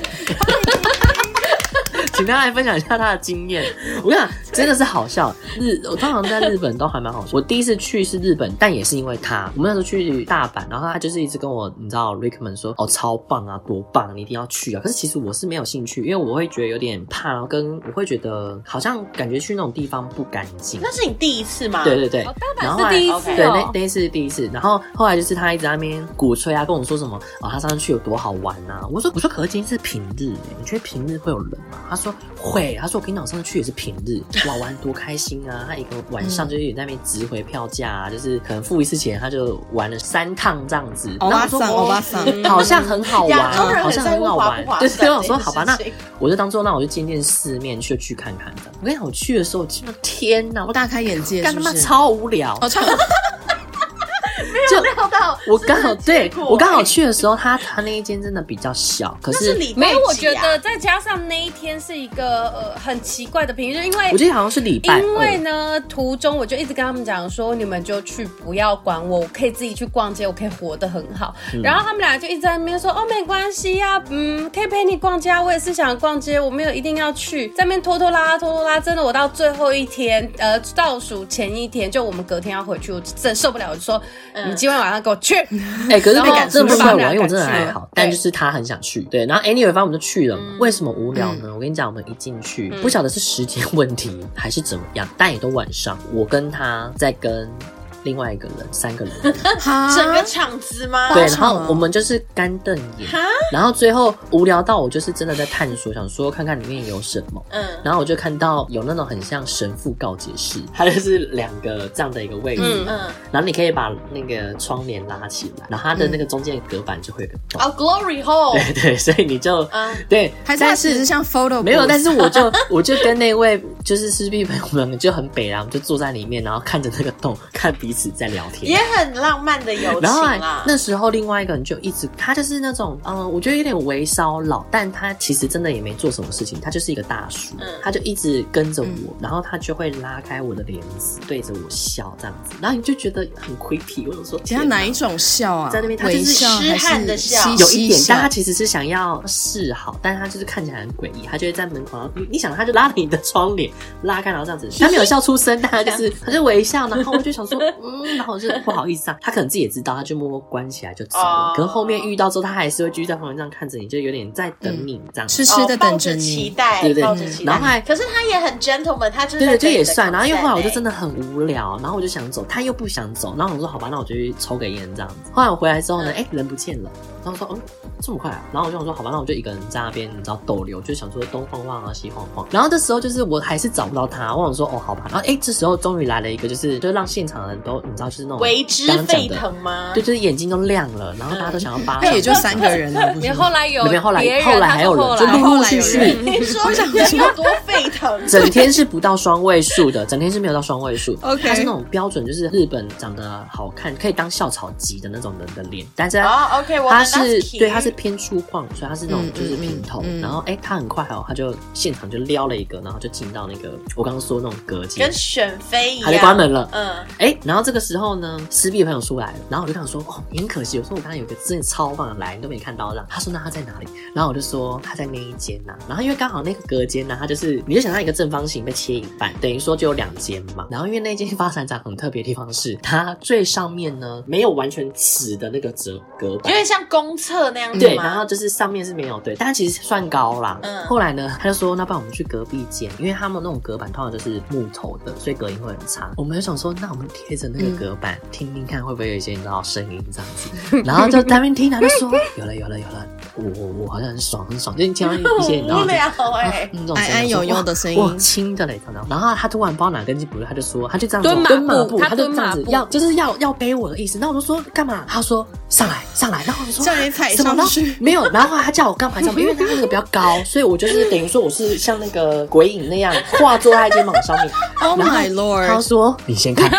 D: 请他来分享一下他的经验。 我跟你讲，真的是好笑。日，我通常在日本都还蛮好笑。我第一次去是日本，但也是因为他。我们那时候去大阪，然后他就是一直跟我，你知道，recommend 说哦，超棒啊，多棒，你一定要去啊。可是其实我是没有兴趣，因为我会觉得有点怕，然后跟我会觉得好像感觉去那种地方不干净。
B: 那是你第一次吗？
D: 对，对对，
A: 哦，
D: 然
A: 大
D: 后
A: 阪
D: 后来
A: 是第一次
D: 对，那
A: 哦。
D: 那一次是第一次，然后后来就是他一直在那边鼓吹啊，跟我说什么啊、他上去有多好玩啊。我说我说可是今天是平日、欸，你觉得平日会有人吗？他说会，啊他说我跟你讲，我上次去也是平日，哇，玩多开心啊！他一个晚上就是有在那边值回票价、啊，就是可能付一次钱他就玩了三趟这样子。
C: 欧
D: 然后我说
C: 巴桑，
D: 哦
C: 欧巴桑，
D: 好像很好玩
B: 亚洲，人
D: 好
B: 很
D: 像
B: 在
D: 很
B: 乎
D: 好
B: 划
D: 玩
B: 不划。
D: 对，所
B: 算
D: 以我说
B: 这件
D: 好吧，那
B: 事情
D: 我就当做那我就见见世面，就去看看的。我跟你讲，我去的时候，我天哪，我
C: 大开眼界，
D: 干
C: 是
D: 他
C: 不
D: 妈
C: 是？
D: 超无聊，
C: 哦，超
D: 就
B: 料到
D: 我刚好
B: 是这个
D: 对
B: 结果
D: 我刚好去的时候，他他那一间真的比较小，可
B: 那是
D: 是
B: 礼拜
A: 没有，我
B: 几
A: 觉
B: 啊
A: 得再加上那一天是一个呃很奇怪的平日，因为
D: 我记得好像是礼拜
A: 因为
D: 二，
A: 呢，途中我就一直跟他们讲说，你们就去，不要管我，我可以自己去逛街，我可以活得很好。然后他们俩就一直在那边说，哦，没关系呀、嗯，可以陪你逛街啊，我也是想逛街，我没有一定要去，在那边拖拖拉拉，拖拖拉，真的，我到最后一天，呃，倒数前一天，就我们隔天要回去，我真的受不了，我就说，
D: 嗯
A: 你今晚晚上给我去。
D: 哎，可是
A: 然
D: 被
A: 后
D: 赶真的不
A: 就
D: 怪
A: 把
D: 我，
A: 他
D: 因为
A: 赶
D: 我真的
A: 去
D: 还
A: 了
D: 好
A: 对，
D: 但就是他很想去，对，然后 anyway，反正我们就去了
B: 嗯
D: 嘛。为什么无聊呢？我跟你讲，我们一进去，不晓得是时间问题还是怎么样，但也都晚上，我跟他在跟另外一个人，三 个人，
C: 好，
B: 整个场子吗？
D: 对，
C: 什
D: 然
C: 么
D: 后我们就是干瞪眼，
B: 哈，
D: 然后最后无聊到我就是真的在探索，想说看看里面有什么。
B: 嗯，
D: 然后我就看到有那种很像神父告解室，它就是两个这样的一个位置，
A: 嗯
B: 嗯，
D: 然后你可以把那个窗帘拉起来，然后它的那个中间的隔板就会有个洞，
B: 哦，Glory Hole，
D: 对对，所以你就、
B: 嗯
D: 对，
C: 还是
D: 但
C: 它其实像 photo，
D: 没有，
C: booth
D: 但是我就我就跟那位就是师弟朋友们就很北然，我们就坐在里面，然后看着那个洞，看彼此在聊天，
B: 也很浪漫的友
D: 然
B: 情啊
D: 后来
B: 啦。
D: 那时候另外一个人就一直，他就是那种，嗯、我觉得有点微骚扰，但他其实真的也没做什么事情，他就是一个大叔，
B: 嗯
D: 他就一直跟着我，然后他就会拉开我的帘子，对着我笑这样子，然后你就觉得很 creepy，我想说，
C: 等一下
D: 天哪
C: 哪一种笑啊？
D: 在那边他就是
C: 微笑
B: 痴
C: 还
B: 汉的
C: 是
B: 笑
C: 嘻嘻
D: 有一点，但
C: 笑
D: 他其实是想要示好，但是他就是看起来很诡异，他就会在门口，然后你你想他就拉着你的窗帘拉开，然后这样子，他没有笑出声，但他就是 他就微笑，然后我就想说， 嗯，然后我就不好意思啊，他可能自己也知道，他就默默关起来就走了
B: 哦。
D: 可是后面遇到之后，他还是会继续在旁边这样看着你，就有点在等你这样子。
C: 痴痴的
B: 哦抱
C: 等着
B: 期
C: 你。
B: 待，
D: 对对嗯
B: 抱着期待。
D: 然后后来
B: 可是他也很 gentleman，他就是
D: 对
B: 在
D: 对，这
B: 等
D: 也
B: 你的
D: 算。然后因为后来我就真
B: 的
D: 的很无聊，然后我就想走，他又不想走，然后我说好吧，那我就去抽个烟这样子。后来我回来之后呢，
B: 嗯
D: 哎、人不见了，然后说嗯这么快啊，然后我就想说好吧，那我就一个人在那边你知道逗留，就想说东晃晃啊西晃晃。然后这时候就是我还是找不到他，我想说哦好吧，然后哎、这时候终于来了一个，就是就让现场的人都你知道就是那种
B: 为之
D: 刚刚讲
B: 沸
D: 的，
B: 腾吗？
D: 对，就是眼睛都亮了，然后大家都想要 扒。
C: 那也就三个 人了，不是
A: 你
C: 吗
A: 后来有
D: 没有后来
A: 别人，
D: 后来
A: 他
D: 还有
A: 说后
D: 人就
A: 来啊
D: 陆陆续
C: 后来有
D: 续
C: 人。
B: 你 说人有多沸腾？
D: 整天是不到双位数的， 整天是没有到双位数。
C: OK
D: 它是那种标准，就是日本长得好看，可以当校草级的那种人的脸，但是它
B: 哦，OK，我
D: 它
B: 们
D: 是
B: Nasuki
D: 对，它是偏粗犷，所以它是那种
C: 嗯
D: 就是平头。
C: 嗯嗯嗯
D: 然后哎，他很快哦，他就现场就撩了一个，然后就进到那个我刚刚说那种隔间
B: 跟，选妃一
D: 他
B: 样，
D: 就关门了。
B: 嗯，
D: 哎，然后这个时候呢，师弟朋友出来了，然后我就跟他说，哦，你很可惜，我说我刚刚有个真的超棒的来，你都没看到，这样。他说那他在哪里？然后我就说他在那一间呐、然后因为刚好那个隔间呐、它就是你就想象一个正方形被切一半，等于说就有两间嘛。然后因为那间发展展很特别的地方是，它最上面呢没有完全死的那个折隔
B: 有
D: 板。
B: 点像公厕那样子
D: 对，
B: 吗
D: 然后就是上面是没有对，但它其实算高啦。
B: 嗯
D: 后来呢，他就说，那不然我们去隔壁间，因为他们那种隔板通常就是木头的，所以隔音会很差。我们就想说，那我们贴着那个隔板、听听看，会不会有一些你知道声音这样子。然后就在那边听，他就说，有了有了有了，我我我好像很爽很爽，就你听到一些你知道
B: 无
D: 就。
B: 聊哎
D: 哎，，那种
C: 哎哎呦呦的声音
D: 哇，轻的嘞，这样然后他突然不知道哪根筋不对，他就说，他就这样子
A: 蹲马
D: 蹲马
A: 步
D: 步，
A: 他
D: 他就
A: 蹲
D: 这样
A: 马
D: 子
A: 步
D: 要，就是要要背我的意思。那我就说干嘛？他说上来上来，然后我就说
C: 叫你踩
D: 什么
C: 上去
D: 然后没有，然后他叫我干嘛？上面，因为他那个比较高，所以我就是等于说我是像那个鬼影那样跨坐在他肩膀上面。
C: Oh
D: 然后他
C: my lord！
D: 说你先 看，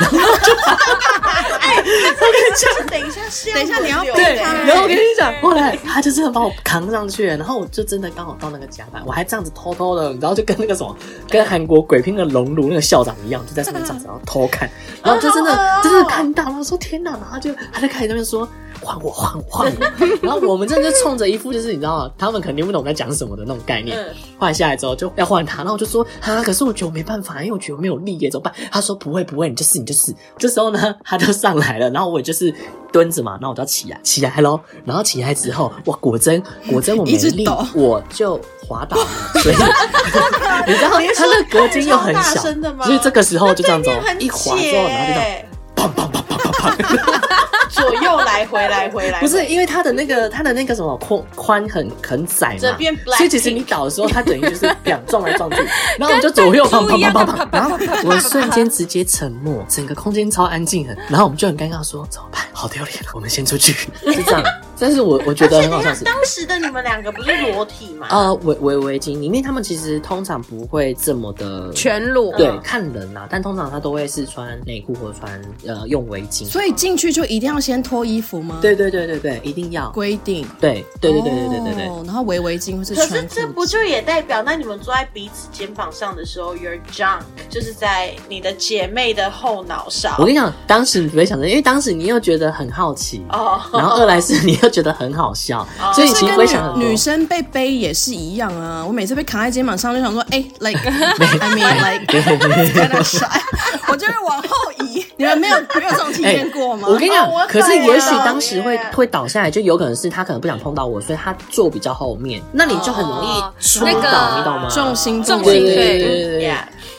B: 就是等一下，
C: 等一下你要
B: 对
C: 对
D: 然后我跟你讲，后来他就真的把我扛上去了，然后我就真的刚好到那个甲板，我还这样子偷偷的，然后就跟那个什么，跟韩国鬼片的熔炉那个校长一样，就
C: 嗯
D: 在上面这样子，然后偷看，然后就真的、
B: 啊好恶哦
D: 真的看到，然后说天哪，然后他就他就开始在那边说。换我换我换 我，然后我们真的就冲着一副就是你知道吗？他们肯定不懂我在讲什么的那种概念
B: 嗯。
D: 换下来之后就要换他，然后我就说啊，可是我觉得我没办法，因为我觉得我没有力耶，怎么办？他说不会不会，你就是你就是。这时候呢，他就上来了，然后我也就是蹲着嘛，然后我就要起来起来喽，然后起来之后，哇，果真果真我没
C: 一直
D: 力
C: 抖，
D: 我就滑倒了， 所以你知道
B: 你是
D: 他的隔间又很
B: 超大
D: 小，
B: 声的吗
D: 所以这个时候就这样子
B: 对
D: 哦
B: 面很
D: 一滑之后，然后就这样。
B: 解，左右来回来回来，
D: 不是因为它的那个它的那个什么宽宽很很窄
B: 这
D: 嘛
B: 变，
D: 所以其实你倒的时候，它等于就是两撞来撞去，然后我就左右砰砰砰砰砰，然后我瞬间直接沉默，整个空间超安静的，然后我们就很尴尬说怎么办？好丢脸，我们先出去，是这样。但是我我觉得很好笑是。
B: 当时的你们两个不是裸体吗？
D: 呃，围围围巾里面，他们其实通常不会这么的
A: 全裸，
D: 对
B: 嗯，
D: 看人呐、但通常他都会是穿内裤或穿呃用围巾。
C: 所以进去就一定要先脱衣服吗？，
D: 对对对对对，一定要。
C: 规定。
D: 对对对对对对对对。
C: 哦然后围围巾或是
B: 可
C: 穿
B: 是
C: 裤
B: 这不就也代表，那你们坐在彼此肩膀上的时候，you're drunk，就是在你的姐妹的后脑勺
D: 我。跟你讲，当时你不会想着，因为当时你又觉得很好奇，
B: 哦
D: 然后二来是你又觉得很好笑，所以你
C: 这
D: 其实
C: 跟
D: 会想很
C: 女女
D: 多。
C: 生被背也是一样啊，我每次被扛在肩膀上就想说，哎、l i k e I mean like，跟甩，我就会往后移。你们没有没有这种体
D: 哎
C: 验过吗？
D: 我跟你讲，
B: 哦我
D: 可是
B: 懂
D: 也许
B: 了
D: 当时会
B: 耶
D: 会倒下来，就有可能是他可能不想碰到我，所以他坐比较后面，那你就很容易
A: 哦
D: 摔
A: 那
D: 倒，
A: 个
D: 你懂吗？
C: 重心
A: 重
D: 对
A: 心
D: 对对
A: 对
D: 对对对，
B: Yeah，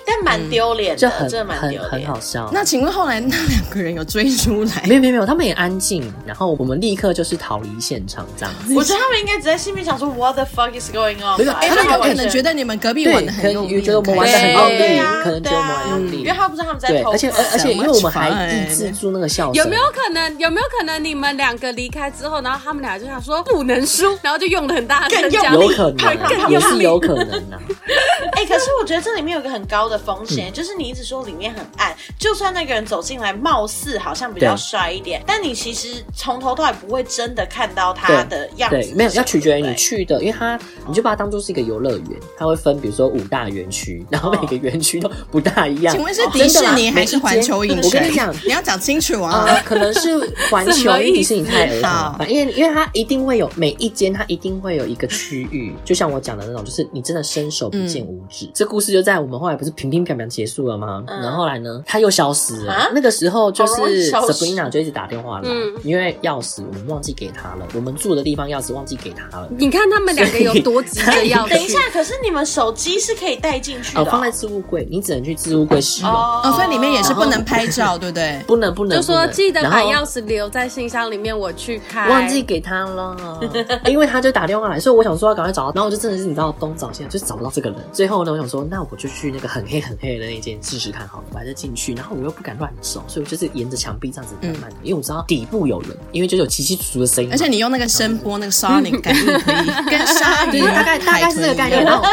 B: 但蛮丢脸
D: 这
B: 的，
D: 很
B: 真的蛮
D: 很
B: 丢
D: 很
B: 脸
D: 好。笑。
C: 那请问后来那两个人有追出来
D: 没？有没有没有，他们也安静，然后我们立刻就是逃离现场这样子。
B: 我觉得他们应该只在心里想说，What the fuck is going on？
D: 没有
B: 吧
C: 哎、
D: 哎
B: 因
C: 他
B: 为
C: 们有可
B: 完
C: 能
B: 全
C: 觉得你们隔壁
D: 对，
C: 玩的很哎
D: 可
C: 用
D: 能
C: 力，
D: 觉得我们玩的很
A: 对
D: 用
B: 对
D: 力
B: 啊，，
D: 嗯可能觉得
B: 对
D: 我
B: 啊
D: 们很用力，
B: 因为他不知道他们在
D: 对，
B: 偷
D: 而且而而且因为我们还
C: So much fun
D: 抑制住那个笑声，
A: 有没有可能？有没有可能你们两个离开之后，然后他们俩就想说不能输，然后就用的很大声
B: 更
A: 这
B: 用
A: 样
B: 力
D: 有可能
B: 更
D: 啊，
B: 用
D: 也
B: 力
D: 是有可能啊。
B: 哎、可是我觉得这里面有一个很高的风险，
D: 嗯
B: 就是你一直说里面很暗，就算那个人走进来，貌似好像比较
D: 对
B: 帅一点，但你其实从头到尾不会真的看到他
D: 对
B: 的样子是什
D: 对，
B: 么。
D: 没有要取决于你
B: 对
D: 去的，因为它你就把它当做是一个游乐园，它会分比如说五大园区，然后每个园区都不大一样。
C: 哦
D: 哦
C: 请问是迪士尼还是环球影
D: 真的啦每一
C: 城？
D: 间我跟你讲。
C: 你要讲清楚啊！
D: 呃，可能是环
A: 什
D: 球，
A: 么
D: 因为迪
A: 意
D: 士尼
A: 思
D: 太儿童
C: 好
D: 了 吧，因为因为它一定会有每一间，它一定会有一个区域，就像我讲的那种，就是你真的伸手不见五指。这故事就在我们后来不是平平平平结束了吗？
B: 嗯
D: 然后后来呢，它又消失了
B: 啊。
D: 那个时候就
B: 好容易
D: 是
B: 消失
D: Sabrina 就一直打电话来
A: 嗯，
D: 因为钥匙我们忘记给他了，我们住的地方钥匙忘记给他
B: 嗯
D: 了。
A: 你看他们两个有多急着 要去
B: 等一下，可是你们手机是可以带进去的、
D: 哦，放在置物柜，你只能去置物柜使用，
B: 哦
C: 哦，所以里面也是不能拍照，对不对？
D: 不能不能。
A: 就说
D: 不能
A: 记得
D: 然
A: 把
D: 后
A: 钥匙留在信箱里面，我去开。
D: 忘记给他 了，因为他就打电话来，所以我想说要赶快找他，然后我就真的是你知道东找西找，就是找不到这个人。最后呢，我想说那我就去那个很黑很黑的那一间试试看好了，我还是进去，然后我又不敢乱走，所以我就是沿着墙壁这样子慢慢的，因为我知道底部有人，因为就有奇奇楚楚的声音嘛，
C: 嗯而且你用那个声波，那个 sonic 感应可以跟鲨鱼
D: 对，大概大概是这个概念。然后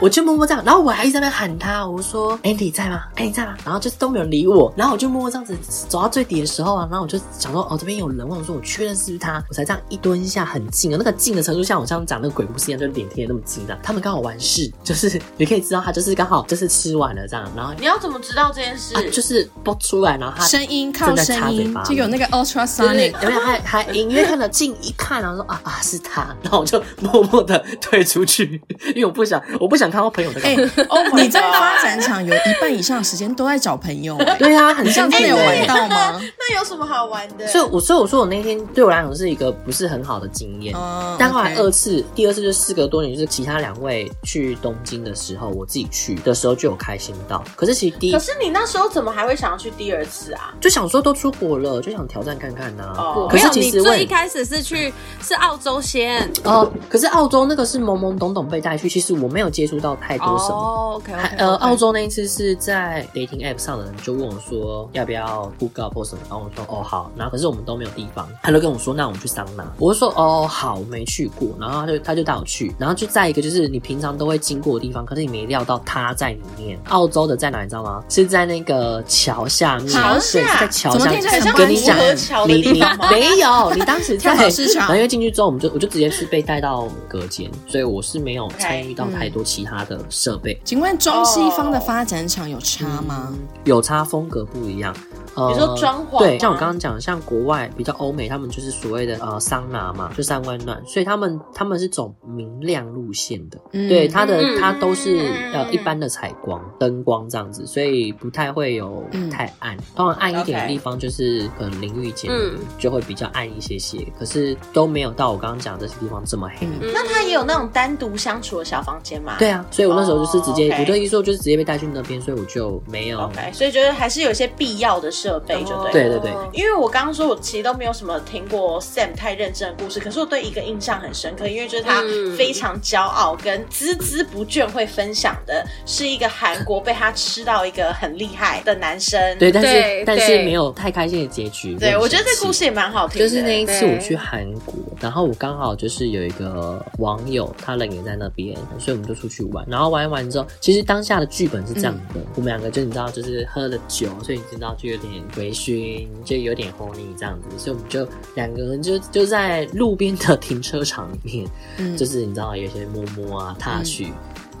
D: 我就默默这样，然后我还一直在那喊他，我说 Andy 在吗？Andy 在吗？然后就是都没有人理我，然后我就默默这样子走到最底的时候啊，然后我就想说哦这边有人，我想说我确认是不是他，我才这样一蹲下很近啊，那个近的程度像我像讲那个鬼故事一样，就脸贴得那么近啊的。他们刚好完事，就是 你可以知道他就是刚好就是吃完了这样，然后
B: 你要怎么知道这件事？
D: 啊就是蹦出来，然后他
C: 声音靠声音就有那个
D: 对
C: ultrasonic
D: 对，。有没有还还隐约看到近一看，然后说啊啊是他，然后我就默默的退出去，因为我不想我不想看到朋友的
C: 哎
D: 感觉。，
C: 你在发展场有一半以上的时间都在找朋友，哎
D: 对啊，很
C: 你这
D: 像
C: 样真的有玩
D: 玩到。
C: 到吗？
B: 那有什么好玩的？
D: 所以我，所以我说我那天对我来讲是一个不是很好的经验。
C: 哦
D: 但后来
C: OK
D: 二次，第二次就事隔多年，就是其他两位去东京的时候，我自己去的时候就有开心到。可是其实第一
B: 可是你那时候怎么还会想要去第二次啊？
D: 就想说都出国了，就想挑战看看呐、
B: 哦
D: 可
A: 没
D: 是
A: 有，
D: 其
A: 你
D: 实我
A: 最
D: 也
A: 一开始是去是澳洲先
D: 哦，可是澳洲那个是懵懵懂懂被带去，其实我没有接触到太多什么。
A: 哦，OK，
D: 还呃，澳洲那一次是在 dating app 上的人就问我说要不要 hook up 或什么，然后我说哦好，然后可是我们都没有地方，他就跟我说那我们去桑拿，我就说哦好，我没去过，然后他就他就带我去，然后就在一个就是你平常都会经过的地方，可是你没料到他在里面。澳洲的在哪你知道吗？是在那个桥下面，
B: 桥下
D: 对是在桥
C: 怎么
D: 下
C: 听
D: 面
C: 起来像，
D: 跟你讲
B: 安河桥，的
D: 你
B: 地
D: 你
B: 方吗
D: 没有，你当 时在
C: 跳蚤市场
D: 然后因为进去之后，我们就我就直接是被带到隔间，所以我是没有参与到太多其他的设备。
C: 请问中西方的发展场有差吗？
D: 嗯有差，风格不一样。呃
B: 比如说装潢啊
D: 对，像我刚刚讲，像国外比较欧美，他们就是所谓的呃桑拿嘛，就三温暖，所以他们他们是走明亮路线的，
C: 嗯
D: 对，它的
B: 嗯
D: 它都是呃
B: 嗯
D: 一般的采光灯光这样子，所以不太会有
C: 嗯
D: 太暗，当然暗一点的
B: OK
D: 地方就是可能淋浴间
B: 嗯
D: 就会比较暗一些些，可是都没有到我刚刚讲的这些地方这么黑。
C: 嗯
B: 那他也有那种单独相处的小房间嘛？
D: 对啊，所以我那时候就是直接
B: 哦，OK
D: 我的意思说就是直接被带去那边，所以我就没有
B: ，OK，所以就是还是有一些必要的设备，
A: 哦
B: 就对了。
D: 对对对
B: 因为我刚刚说，我其实都没有什么听过 Sam 太认真的故事，可是我对一个印象很深刻，因为就是他
A: 嗯
B: 非常骄傲跟孜孜不倦会分享的，是一个韩国被他吃到一个很厉害的男生。
D: 对，但是
A: 对
D: 但是
A: 对
D: 没有太开心的结局。
B: 对，我觉得
D: 很生
B: 这故
D: 气
B: 事也蛮好听的。
D: 就是那一次
A: 对
D: 我去韩国，然后我刚好就是有一个网友，他人也在那边，所以我们就出去玩。然后玩一玩之后，其实当下的剧本是这样
B: 嗯
D: 的：我们两个就你知道，就是喝了酒，所以你知道就有点微醺，就有点 horny 这样子，所以我们就两个人就就在路边的停车场里面，
C: 嗯
D: 就是你知道有些摸摸啊、踏
B: 嗯
D: 去。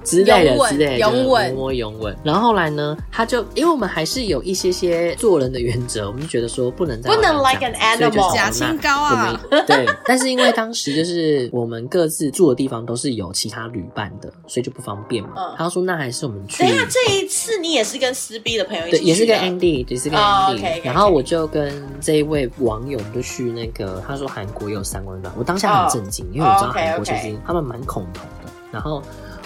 D: 之类的
A: 拥吻
D: 之类的，
A: 拥吻
D: 摸摸拥吻。然后后来呢，他就因为我们还是有一些些做人的原则，我们就觉得说不能再
B: 不能
D: 玩了
B: like an
D: 这样子所以就
B: animal
D: 想
C: 嗯假
D: 那
C: 清高啊！
D: 我们对，但是因为当时就是我们各自住的地方都是有其他旅伴的，所以就不方便嘛。
B: 嗯
D: 他说那还是我们去
B: 等一下，这一次你也是跟撕逼的朋友一起
D: 对，
B: 去的，
D: 也是跟 Andy，也是跟 Andy、
B: 哦，OK，OK，OK
D: 然后我就跟这一位网友，我们就去那个，他说韩国有三温暖，我当下很震惊因为我知道韩国其实
B: 哦 OK，OK
D: 他们蛮恐同的。然后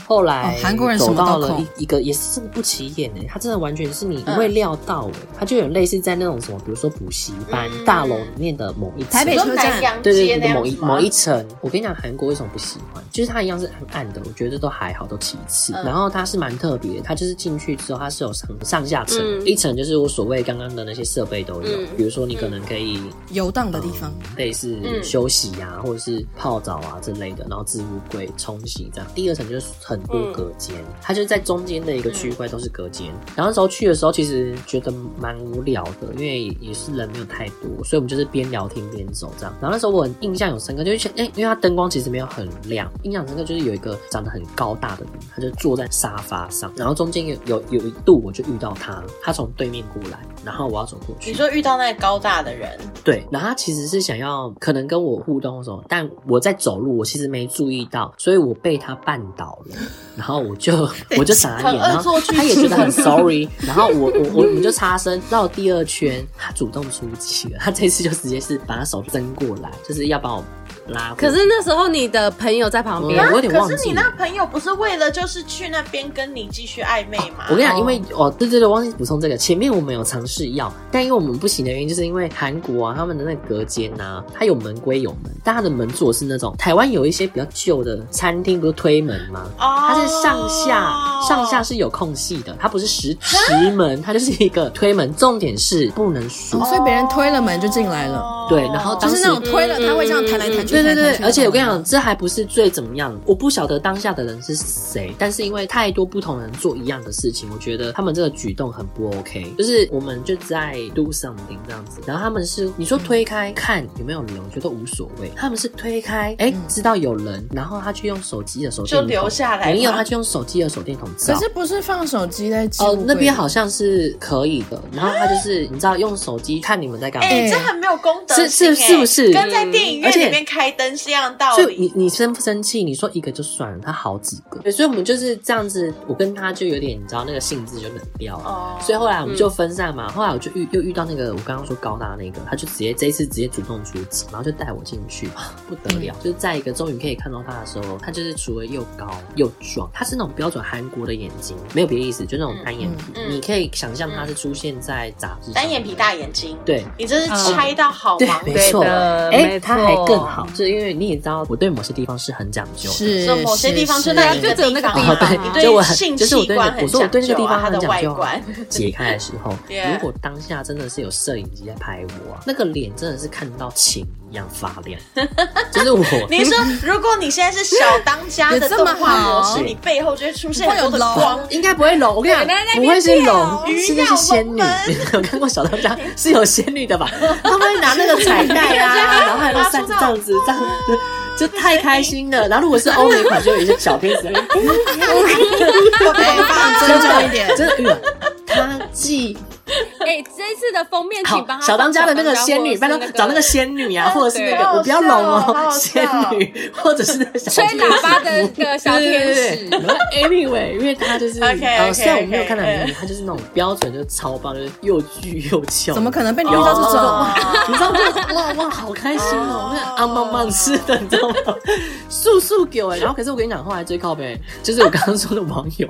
D: 后来
C: 哦韩国人什
D: 走
C: 么都
D: 到了
C: 恐
D: 一一个也是真的不起眼哎、他真的完全是你不会料到哎、他就有类似在那种什么，比如说补习班、
B: 嗯
D: 大楼里面的某一层
C: 台北
B: 你说
C: 车站
B: 南洋
D: 对对对
B: 街那
D: 对，
B: 样
D: 某
B: 子
D: 一
B: 吗
D: 某一层，我跟你讲，韩国为什么不喜欢？就是它一样是很暗的，我觉得都还好，都其次。
B: 嗯
D: 然后它是蛮特别的，它就是进去之后，它是有上上下层，
A: 嗯
D: 一层就是我所谓刚刚的那些设备都有，
A: 嗯
D: 比如说你可能可以
C: 游荡的地方，
D: 类似
B: 嗯
D: 休息啊，或者是泡澡啊之类的，然后置物柜、冲洗这样。第二层就是很多隔间，它就是在中间的一个区块都是隔间。然后那时候去的时候，其实觉得蛮无聊的，因为也是人没有太多，所以我们就是边聊天边走这样。然后那时候我很印象有深刻，就是因为因为它灯光其实没有很亮，印象深刻就是有一个长得很高大的人，他就坐在沙发上，然后中间有有有一度我就遇到他，他从对面过来，然后我要走过去，
B: 你说遇到那个高大的人，
D: 对，然后他其实是想要可能跟我互动或什么，但我在走路，我其实没注意到，所以我被他绊倒了，然后我就 我就傻眼，
B: 很恶
D: 然后
B: 作剧
D: 他也觉得很 sorry，然后我我我我们就擦身绕第二圈，他主动出击了，他这次就直接是把他手伸过来，就是要把我拉回去。
A: 可是那时候你的朋友在旁边
D: 嗯，我有点忘
B: 可
D: 记
B: 是你那朋友不是为了就是去那边跟你继续暧昧吗？
D: 我跟你讲，
C: 哦
D: 因为哦，对对对，我忘记补充这个。前面我们有尝试要，但因为我们不行的原因，就是因为韩国啊，他们的那个隔间呐、它有门归有门，但它的门座是那种台湾有一些比较旧的餐厅，不是推门吗？
B: 哦
D: 它是上下上下是有空隙的，它不是实实门，它就是一个推门。重点是不能数
C: 哦，，所以别人推了门就进来了，
B: 哦
D: 对然后
C: 就
D: 哦当时嗯
C: 是那种推了他会这样弹来弹去。
D: 对对
C: 弹来
D: 对
C: 弹，去
D: 而且我跟你讲，，这还不是最怎么样，我不晓得当下的人是谁，但是因为太多不同人做一样的事情，我觉得他们这个举动很不 OK。就是我们就在 do something 这样子，然后他们是你说推开看有没有人，我觉得无所谓，他们是推开，哎，知道有人，然后他去用手机的手电筒
B: 嗯就留下来吗
D: 没有，他去用手机的手电筒照
C: 可。是不是放手机在置物
D: 哦
C: 柜，
D: 那边好像是可以的，然后他就是你知道用手机看你们在干嘛。
B: 哎、
C: 哎
B: 这很没有公德
D: 是
B: 心
D: 是
B: 哎
D: 是不是
B: 跟在电影
D: 嗯而
B: 院
D: 且
B: 里面开灯是一样的道
D: 所以你
B: 理。
D: 你生不生气？你说一个就算了，他好几个，对，所以我们就是这样子，我跟他就有点，你知道那个性质就冷掉了。
B: 哦
D: 所以后来我们就分散嘛，后来我就遇又遇到那个我刚刚说高大那个，他就直接这一次直接主动出击，然后就带我进去，啊不得了！就是在一个终于可以看到他的时候，他就是除了又高又壮，他是那种标准韩国的眼睛，没有别的意思，就那种单眼皮。
B: 嗯嗯
D: 你可以想象他是出现在杂志上
B: 单眼皮大眼睛，
D: 对，
B: 你真
D: 啊
B: 是拆到好
D: 对
B: 盲，
D: 没
B: 点
D: 错。
A: 的
D: 哎，
A: 没
D: 他还
A: 错
D: 更好，就是因为你也知道，我对某些地方是很讲究的。哦
C: 是
B: 说某些地方就那一个
A: 是是就只
B: 地
A: 有
B: 方
A: 那个地
B: 啊，
A: 方
B: 你
D: 对，就我
B: 对
D: 很
B: 性
D: 就是我
B: 器
D: 对
B: 官
D: 那个，
B: 很
D: 我说我对那个地方
B: 它
D: 很
B: 的
D: 讲
B: 外
D: 究啊
B: 观。。
D: 解开的时候，
B: Yeah
D: 如果当下真的是有摄影机在拍我啊，那个脸真的是看到情一样发 亮，就是我。
B: 你说，如果你现在是小当家
C: 有
B: 的
C: 这
B: 动
C: 么
B: 画模
C: 好
B: 式，你背后就会出现
C: 会
B: 很
C: 有
B: 多的
C: 龙
B: 光。
D: 应该不会龙，我跟你
A: 奶奶那
D: 讲，不
A: 边
D: 会是
A: 跳
D: 龙，是那是仙女
B: 鱼鸟。
D: 有看过小当家是有仙女的吧？他们会拿那个
C: 哎
D: 彩带 啊，然后还有扇子这样子，这样子就太开心了。然后如果是欧美款，就有一些小片子在哎那边。
C: 对，放尊重一点，
D: 哎真的，真的，他既
A: 哎，这一次的封面，请帮
D: 好，
A: 他
D: 小当家的那个仙女，
A: 帮
D: 帮他找那个仙女啊，或者是那
A: 对
D: 个我不要龙
B: 好好
D: 哦，
B: 笑
D: 仙女，或者是那个小
A: 吹喇叭的那个小天使。
D: 然后 anyway，因为他就是
B: OK，OK，
D: 呃，虽然我没有
B: OK，
D: 看到很
B: OK
D: 明，他就是那种标准，就是超棒，就是又巨又哦翘。
C: 怎么可能被你遇到这种？
D: 你知道吗？哇哇，好开心哦！那阿棒棒吃的，你知道吗？速速给我。然后，可是我跟你讲，后来最靠背 就是我刚刚说的网友，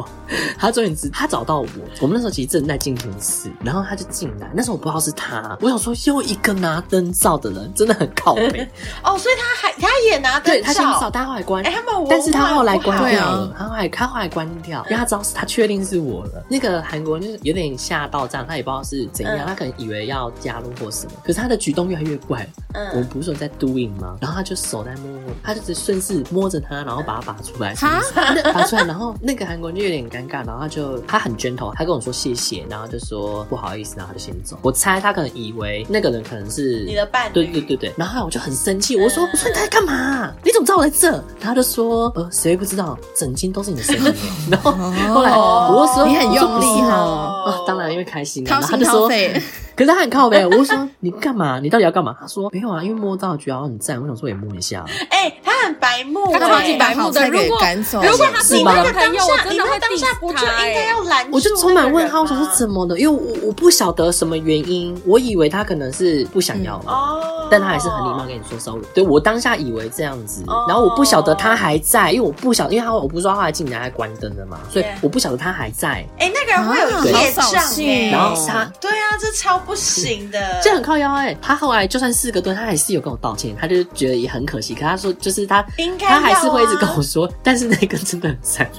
D: 他终于知他找到我。我们那时候其实正在进行时，然后他就进来。那时候我不知道是他，我想说又一个拿灯罩的人，真的很靠 背。
B: 哦，所以他还他也拿
D: 对
B: 灯
D: 他先照，
B: 照，
D: 但他后来关，
B: 哎他们文化
D: 但是他后来关
C: 不
D: 掉
C: 好对
B: 哦
D: 了，他后来他后来关掉，因为他知道是他确定是我了。那个韩国人就是有点吓到这样，他也不知道是怎样，
B: 嗯
D: 他可能以为要加入或什么，可是他的举动越来越怪。我们
B: 嗯，
D: 不是有在 doing 吗？然后他就手在摸摸，他就只顺势摸着他，然后把他拔出来，是
C: 哈
D: 不是拔出来，然后那个韩国人就有点尴尬，然后他就他很 gentle，他跟我说谢谢，然后就说不好意思，然后他就先走。我猜他可能以为那个人可能是
B: 你的伴侣
D: 对对对对。然后我就很生气，我说
C: 嗯
D: 我说你在干嘛？你怎么知道我在这？然后他就说呃谁不知道，整间都是你的声音。然后后来我就说
C: 哦你很用力
D: 啊，
C: 哦，
D: 啊当然因为开心啊，
C: 掏
D: 然后他
C: 心
D: 就
C: 掏
D: 说。
C: 肺。
D: 可是他很靠背，我就说 你干嘛？你到底要干嘛？他说没有啊，因为摸到觉得好像很赞，我想说也摸一 下。啊
B: 哎，他很白目，
A: 他超级
B: 哎
A: 白目的
C: 把好菜给
A: 如果
C: 赶走
A: 如果他
D: 是
A: 是你
D: 吧
A: 那个
B: 当
A: 朋友，我
B: 下，
A: 真
B: 你
A: 的
B: 那
A: 会
B: 当
A: 定
B: 下不就
A: 哎
B: 应该要拦住？
D: 我就充满问号，我想
C: 啊
D: 说怎？么的？因为我我不晓得什么原因，我以为他可能是不想要
C: 嗯
D: 嘛。
B: 哦，
D: 但他还是很礼貌跟你说 sorry，对我当下以为这样子
B: 哦，
D: 然后我不晓得他还在，因为我不晓，因为他我不是说他后来进来还关灯了嘛，所以
B: Yeah
D: 我不晓得他还在。
B: 哎，那个人会有
C: 啊
B: 业
C: 好扫
B: 障
C: 兴
B: 哎，
D: 然后是他
B: 对啊，这超不行的，
D: 这很靠腰哎、他后来就算四个多，他还是有跟我道歉，他就觉得也很可惜。可他说就是他，
B: 应该要啊
D: 他还是会一直跟我说，但是那个真的很惨。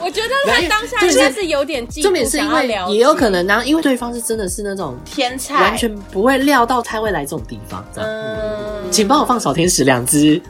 A: 我觉得他当下应该是有点嫉妒，
D: 重点是因为
A: 想要了解
D: 也有可能呢、因为对方是真的是那种
B: 天才，
D: 完全不会料到他会来这种地方，这样。
B: 嗯，
D: 请帮我放小天使两只，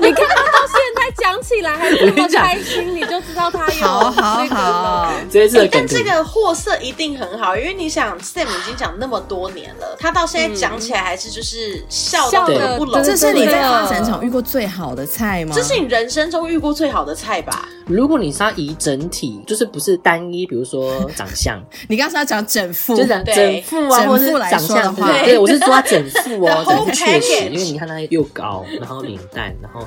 A: 你看他到现在讲起来还这么开心，你就知道他 有
C: 好好
A: 那个了
C: 好。，
D: 哎这一次的
B: 欸
D: 梗
B: 但
D: 图
B: 这个货色一定很好，因为你想，Sam 已经讲那么多年了，他到现在讲起来还是就是笑
A: 笑
B: 得
D: 得
B: 合不拢。
C: 这
A: 真
C: 是
A: 的
C: 你在发展场遇过最好的菜吗？
B: 这是你人生中遇过最好的菜吧？
D: 如果你是要以整体，就是不是单一，比如说长 相，
C: 你刚才要讲整副，
D: 就是整
B: 对
D: 整副啊，
C: 整
D: 或者是
C: 副来
D: 长
C: 说的
D: 相
C: 话
D: 对，对我是说他整副哦，
B: The whole
D: 整副确实，
B: package
D: 因为你看他又高，然后脸蛋，然后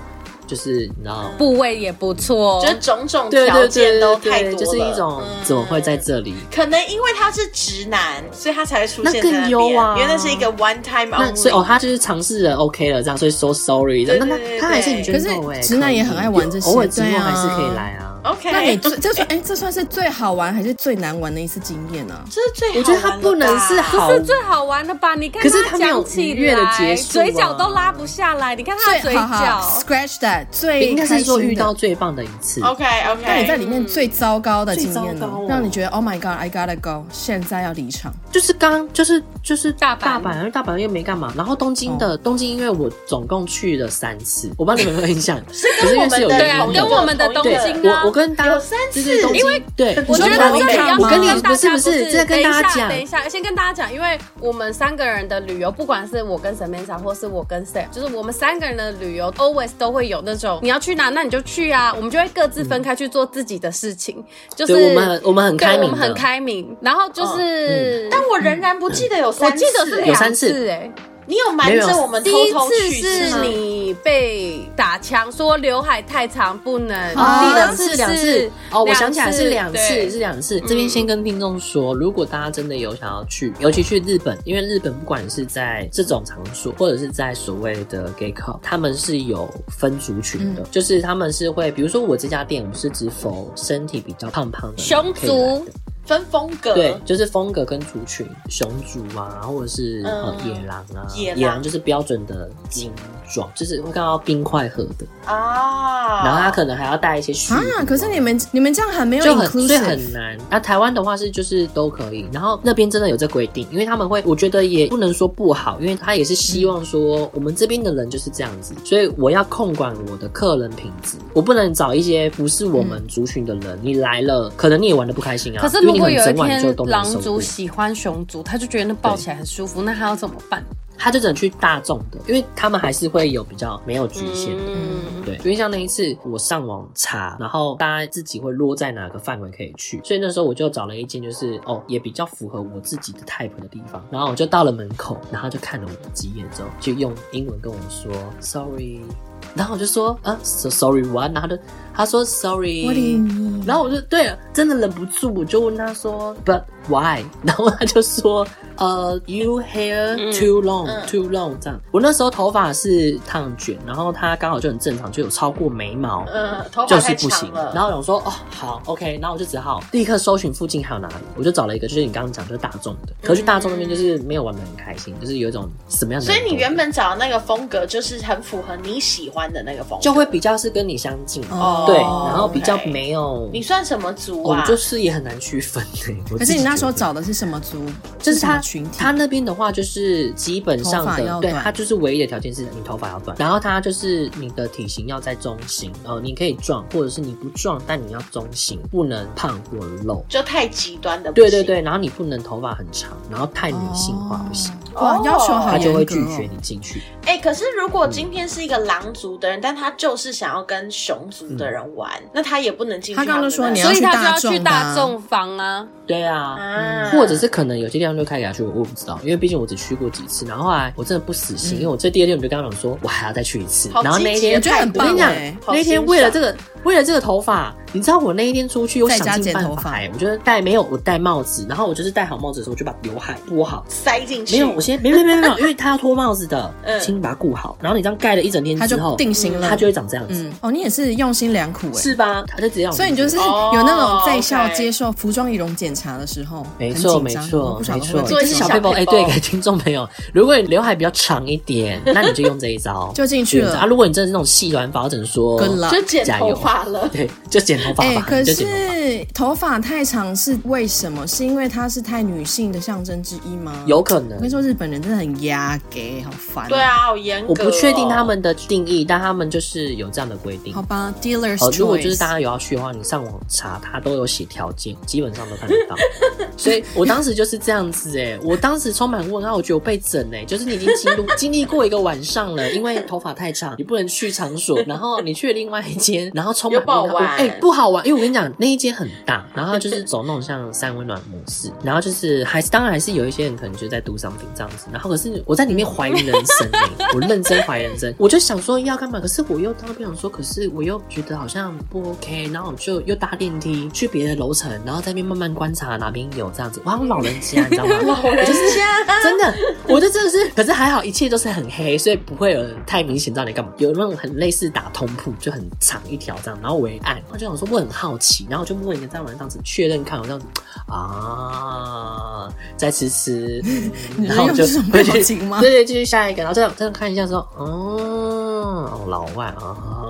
D: 就是你知道。
A: 部位也不错
B: 觉，得种种
D: 对
B: 条
D: 对
B: 件
D: 对
B: 都
D: 对
B: 太
D: 对，
B: 多了，
D: 就是一种
B: 嗯
D: 怎么会在这里？
B: 可能因为他是直男，所以他才会出现在
D: 那
B: 那
D: 更优
B: 边，
D: 啊
B: 因为那是一个 one time
D: 那所以
B: only。
D: 哦，他就是尝试了 OK 了，这样，所以 so sorry 这样。那
B: 对对
D: 他
B: 对对
D: 他还是很
B: 对
D: 觉得
C: 可是直男也很爱玩这些
D: 偶尔寂
C: 对
D: 寞
C: 啊
D: 还是可以来啊。
B: OK，
C: 那你最这算哎、这算是最好玩还是最难玩的一次经验啊呢、
B: 这是最好
D: 我觉得他不能是
B: 好
D: 好
A: 这是最好玩的吧？你看
D: 可是他没有
A: 讲起
D: 愉悦的
A: 来，
D: 结束啊
A: 嘴角都拉不下来，你看他的嘴
C: 最好好
A: 角。
C: scratch that 最
D: 应该是说
C: 开心的
D: 遇到。最棒的一次。
B: 玩的吧。OK
C: 那你在
B: OK，
C: 里面最糟糕的经验
D: 最
C: 呢
D: 糟糕哦，
C: 让你觉得 Oh my God I gotta go，现在要离场。
D: 就是刚就是就是
A: 大阪
D: 大阪，因为大阪又没干嘛。然后东京
C: 哦
D: 的、东京，因为我总共去了三次，我不知道你们有没有印象，可是因为是有
B: 跟
A: 对
B: 我
A: 啊，
B: 们
A: 跟我们
D: 联动的。
A: 的东
D: 对
A: 京，啊
D: 我我，跟大家
B: 有三次
D: 就是东京
A: 因为
D: 对，
A: 我觉
D: 你
A: 得
D: 说大阪
A: 这里要
D: 我跟你
A: 跟大
D: 不是
A: 家
D: 不是，这
A: 等
D: 跟
A: 一
D: 大家
A: 下，
D: 讲
A: 等，一下，先跟大家讲，因为我们三个人的旅游，不管是我跟沈面莎，或是我跟 Sam，就是我们三个人的旅游，always 都会有那种你要去哪，那你就去啊，我们就会各自分开去做自己的事情，就是
D: 对我们很我们很开
A: 对我
D: 明的，哦
A: 们
D: 嗯
A: 很开明，然然后就是，
B: 但我仍然不记得有
A: 我
B: 三次，
A: 记得是
B: 哎
D: 有
A: 两
D: 三次
A: 次哎。
B: 你有瞒
D: 没有
B: 着我们
A: 第
B: 偷
A: 一
B: 偷
A: 次
B: 去
A: 是
B: 吗
A: 你被打枪，说刘海太长不能。
C: 啊
A: 第
D: 两
A: 二
D: 次
A: 次
D: 两次
A: 是
D: 哦，我想起来是两次
A: 对嗯
D: 是两次。这边先跟听众说，如果大家真的有想要去，尤其去日本，因为日本不管是在这种场所，或者是在所谓的 gay club，他们是有分族群
A: 嗯
D: 的，就是他们是会，比如说我这家店，我们是只否身体比较胖胖的
A: 熊
D: 可以来的
A: 族
B: 分风格，
D: 对，就是风格跟族群，熊族啊，或者是、呃
B: 嗯
D: 野狼啊，
B: 野狼
D: 就是标准的精壮，就是会看到冰块盒的，
B: 啊，
D: 然后他可能还要带一些虚
C: 啊！可是你们你们这样很没有
D: 就很所以
C: inclusive，
D: 很难。那、台湾的话是就是都可以，然后那边真的有这规定，因为他们会，我觉得也不能说不好，因为他也是
A: 嗯
D: 希望说我们这边的人就是这样子，所以我要控管我的客人品质，我不能找一些不是我们族群的人，你来了可能你也玩的不开心啊。
A: 嗯可是
D: 因为
A: 如
D: 你
A: 果
D: 可能
A: 有一天
D: 整晚就都没有
A: 狼
D: 收
A: 族
D: 入
A: 喜欢熊族，他就觉得那抱起来很舒服，那他要怎么办？
D: 他就只能去大众的，因为他们还是会有比较没有局限的。
A: 嗯，
D: 对，因为像那一次我上网查，然后大家自己会落在哪个范围可以去，所以那时候我就找了一间就是哦也比较符合我自己的 type 的地方，然后我就到了门口，然后就看了我几眼之后，就用英文跟我说 sorry，然后我就说啊 so sorry what，然后他就他说 sorry，
C: 我的你，
D: 然后我就对了，真的忍不住，我就问他说，But why？然 后他就说，呃、y o u hair
B: 嗯
D: too long,、
B: 嗯
D: too long 这样。我那时候头发是烫卷，然后他刚好就很正常，就有超过眉毛。
B: 呃，头
D: 就
B: 发
D: 是
B: 太
D: 不
B: 长
D: 行，
B: 了，
D: 然后我想说哦好 OK，然后我就只好立刻搜寻附近还有哪里，我就找了一个就是你刚刚讲就是大众的，
B: 嗯
D: 可是去大众那边就是没有玩的很开心，就是有一种什么样的
B: 所
D: 人
B: 以
D: 都有，
B: 你原本找的那个风格就是很符合你喜欢的那个风格，
D: 就会比较是跟你相近，
C: 哦
D: 对，然后比较
B: OK
D: 没有
B: 你算什么族
D: 我
B: 啊？
D: 哦就是也很难区分诶、欸。 我
C: 可
D: 自
C: 是
D: 己
C: 你那
D: 觉
C: 时候
D: 得
C: 找的是什么族？
D: 就是
C: 什么
D: 他
C: 群体？
D: 他那边的话，就是基本上
C: 头发
D: 的
C: 要，
D: 对
C: 短
D: 他就是唯一的条件是你头发要短，然后他就是你的体型要在中型，呃，你可以壮，或者是你不壮，但你要中型，不能胖或肉。
B: 就太极端的，
D: 对对，对，然后你不能头发很长，然后太女性化不行，
C: 哦哇，
B: 哦
C: 要求好
D: 他就
C: 严格、
D: 会
C: 哦。
D: 拒绝你进去。
B: 哎、可是如果今天是一个狼族的人，但他就是想要跟熊族的人玩，
D: 嗯
B: 那他也不能进去
C: 他
B: 们的。
C: 刚刚嗯说你要
A: 所以
C: 去
A: 他就
C: 大
A: 要去
C: 众的
A: 大
C: 啊
A: 众房啊。
D: 对啊，
B: 啊，
D: 或者是可能有些地方就开给他去，我我不知道，因为毕竟我只去过几次，然后后来我真的不死
C: 嗯
D: 心，因为我这第二天我就跟他讲说，我还要再去一次，
B: 好
D: 然后那一天
C: 我觉得很棒
D: 我跟你讲
C: 欸，
B: 好
D: 那
B: 欣
D: 天
B: 赏
D: 为了这个，为了这个头发，你知道我那一天出去，我
C: 在家
D: 想尽
C: 剪
D: 办
C: 头
D: 法、
C: 发
D: 欸，我就是戴没有，我戴帽子，然后我就是戴好帽子的时候，我就把刘海拨好。
B: 塞进去，
D: 没有，我先没有没有没有没有，因为他要脱帽子的，
B: 嗯
D: 先把它顾好。然后你这样盖了一整天
C: 他
D: 之后
C: 就，定型了。
D: 它就会长这样子，
C: 嗯，哦，你也是用心良苦哎、
D: 是吧？他就直接让我
C: 所以你就是
B: 哦
C: 有那种在校
B: OK
C: 接受服装仪容检查的时候，
D: 没错，
C: 很
D: 没
C: 紧张
D: 错，
C: 不
D: 没
C: 晓得会
D: 错。
C: 不
B: 做
C: 会
B: 一些
D: 小
B: 小
D: 配包，
B: 配
D: 哎，
B: 包
D: 对，给听众朋友，如果你刘海比较长一点， 那你就用这一招
C: 就进去了
D: 对啊。如果你真的是那种细软发，我只能说，
C: Good luck
B: 就剪
D: 加
B: 头
D: 油
B: 发了。
D: 对，就剪头发
C: 哎、
D: 吧，
C: 可
D: 你就剪头发。
C: 是头发太长是为什么？是因为它是太女性的象征之一吗？
D: 有可
C: 我跟
D: 能
C: 你，说，日本人真的很压给，好烦、
B: 对，啊，好严格、
D: 我不确定他。们的定义，但他们就是有这样的规定
C: 好。吧，dealers
D: 哦，
C: choice。
D: 如果就是大家有要去的话，你上网查，它都有写条件，基本上都看得到。所以我当时就是这样子哎、我当时充满问号，我觉得我被整哎、就是你已经经历经历过一个晚上了，因为头发太长，你不能去场所，然后你去了另外一间，然后充满
B: 又不好
D: 问号，
B: 玩
D: 哎、不好玩，因为我跟你讲那一间很大，然后它就是走那种像三温暖模式， 然后就是还是当然还是有一些人可能就在 do something 这样子，然后可是我在里面怀疑人生哎、我认真怀疑人生， 我就想说要干嘛，可是我又当边想说，可是我又觉得好像不 OK，然后我就又搭电梯去别的楼层，然后在那边慢慢观察哪边有这样子，哇，我老人家你知道吗？ 老人家 真的，我就真的是，可是还好一切都是很黑，所以不会有人太明显知道你干嘛。有那种很类似打通铺，就很长一条这样，然后我也按，我就想说我很好奇，然后我就摸一个蟑螂这样子确认看，我这样子啊，再吃吃，嗯
C: 你
D: 然后我就
C: 用这种
D: 回去
C: 表情吗
D: 对对，继续下一个，然后这样这样看一下说，哦，老外啊。哦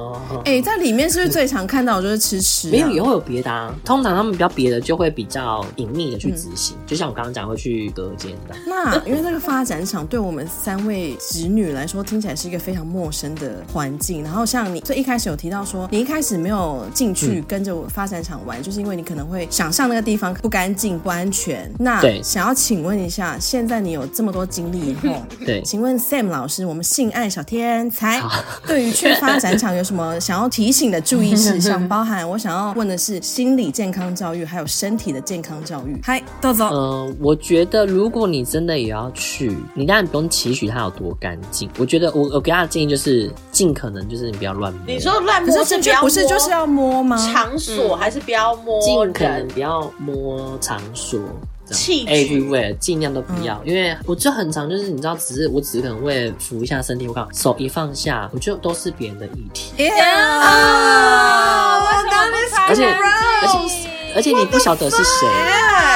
C: 哎、在里面是不是最常看到的就是吃吃、啊？
D: 没有，也会有别的啊。通常他们比较别的，就会比较隐秘的去执行。就像我刚刚讲，会去隔间的。
C: 那因为这个发展场对我们三位侄女来说，听起来是一个非常陌生的环境。然后像你最一开始有提到说，你一开始没有进去跟着我发展场玩，就是因为你可能会想象那个地方不干净、不安全。那
D: 对
C: 想要请问一下，现在你有这么多经历以后，
D: 对，
C: 请问 Sam 老师，我们性爱小天才对于去发展场有什么想要提醒的注意事项？包含我想要问的是心理健康教育，还有身体的健康教育。嗨，豆总。
D: 呃，我觉得如果你真的也要去，你当然不用期许它有多干净。我觉得我我给大家的建议就是，尽可能就是你不要乱摸。
B: 你说乱摸
C: 可是正
B: 不
C: 确
B: 要摸
C: 不是就是要摸吗？
B: 场所，还是不要摸
D: 嗯尽可能
B: 人？
D: 不要摸场所。这样
B: 器具嗯
D: everywhere 尽量都不要，因为我就很常就是你知道，只是我只是可能为了扶一下身体，我刚好手一放下，我就都是别人的议题。
C: 耶！
A: 啊
B: 为什么不擦
D: 而且
B: 干
D: 而
B: 净
D: 且而且你不晓得是谁，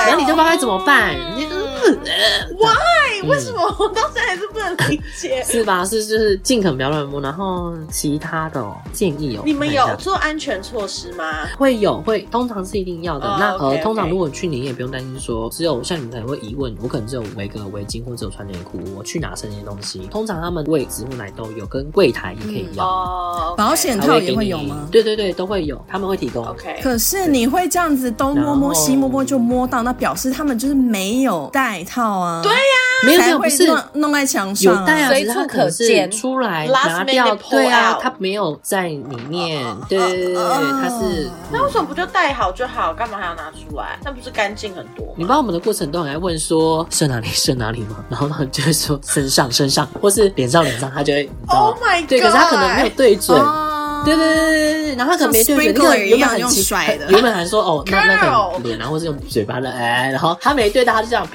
D: 然后你就不知道该怎么办，你
B: 嗯
D: 就？
B: 哎为什么我到现在还是不能理解
D: 是吧？是就是尽可能不要乱摸，然后其他的、哦、建议哦，
B: 你们
D: 我
B: 有
D: 看一下
B: 做安全措施吗？
D: 会有会，通常是一定要的。
B: 哦
D: 那
B: OK，OK
D: 呃，通常如果去，你也不用担心说，只有像你们可能会疑问，我可能只有围个围巾或者有穿内裤，我去哪剩些东西？通常他们位置或哪都有，跟柜台也可以要，
B: 哦，OK
C: 保险
D: 他
C: 套
D: 给
C: 也会
D: 你
C: 有吗？
D: 对对对，都会有，他们会提供。
B: OK，
C: 可是你会这样子东摸摸
D: 然后
C: 西摸摸就摸到，那表示他们就是没有戴套啊。对呀、
E: 没有没
C: 才
E: 有，不
C: 会
E: 是
C: 弄弄在墙
E: 有
C: 上啊。
E: 带啊，
A: 随
E: 只是它
A: 处
D: 可
A: 可
D: 是
A: 见
D: 出来
B: Last
D: 拿掉，
B: minute
D: 对啊
B: pull，out
D: 它没有在里面，对对对对对，它是。嗯
B: 那为什么不就带好就好？干嘛还要拿出来？那不是干净很多
D: 你
B: 吗？
D: 帮我们的过程都很爱问说射哪里射哪里吗？然后他就会说身上身上，或是脸上脸上，他就会你知道
B: Oh my
D: 对，可是他可能没有对准，
C: 哦
D: 对对对对对对，然后他可能没对准，
C: 像
D: 那
C: sprinkler
D: 个原
C: 一
D: 本
C: 样
D: 很
C: 用
D: 奇
C: 甩的
D: 原本还说哦，那那
B: Girl
D: 可能脸啊，或是用嘴巴的，哎，然后他没对到，他就这样。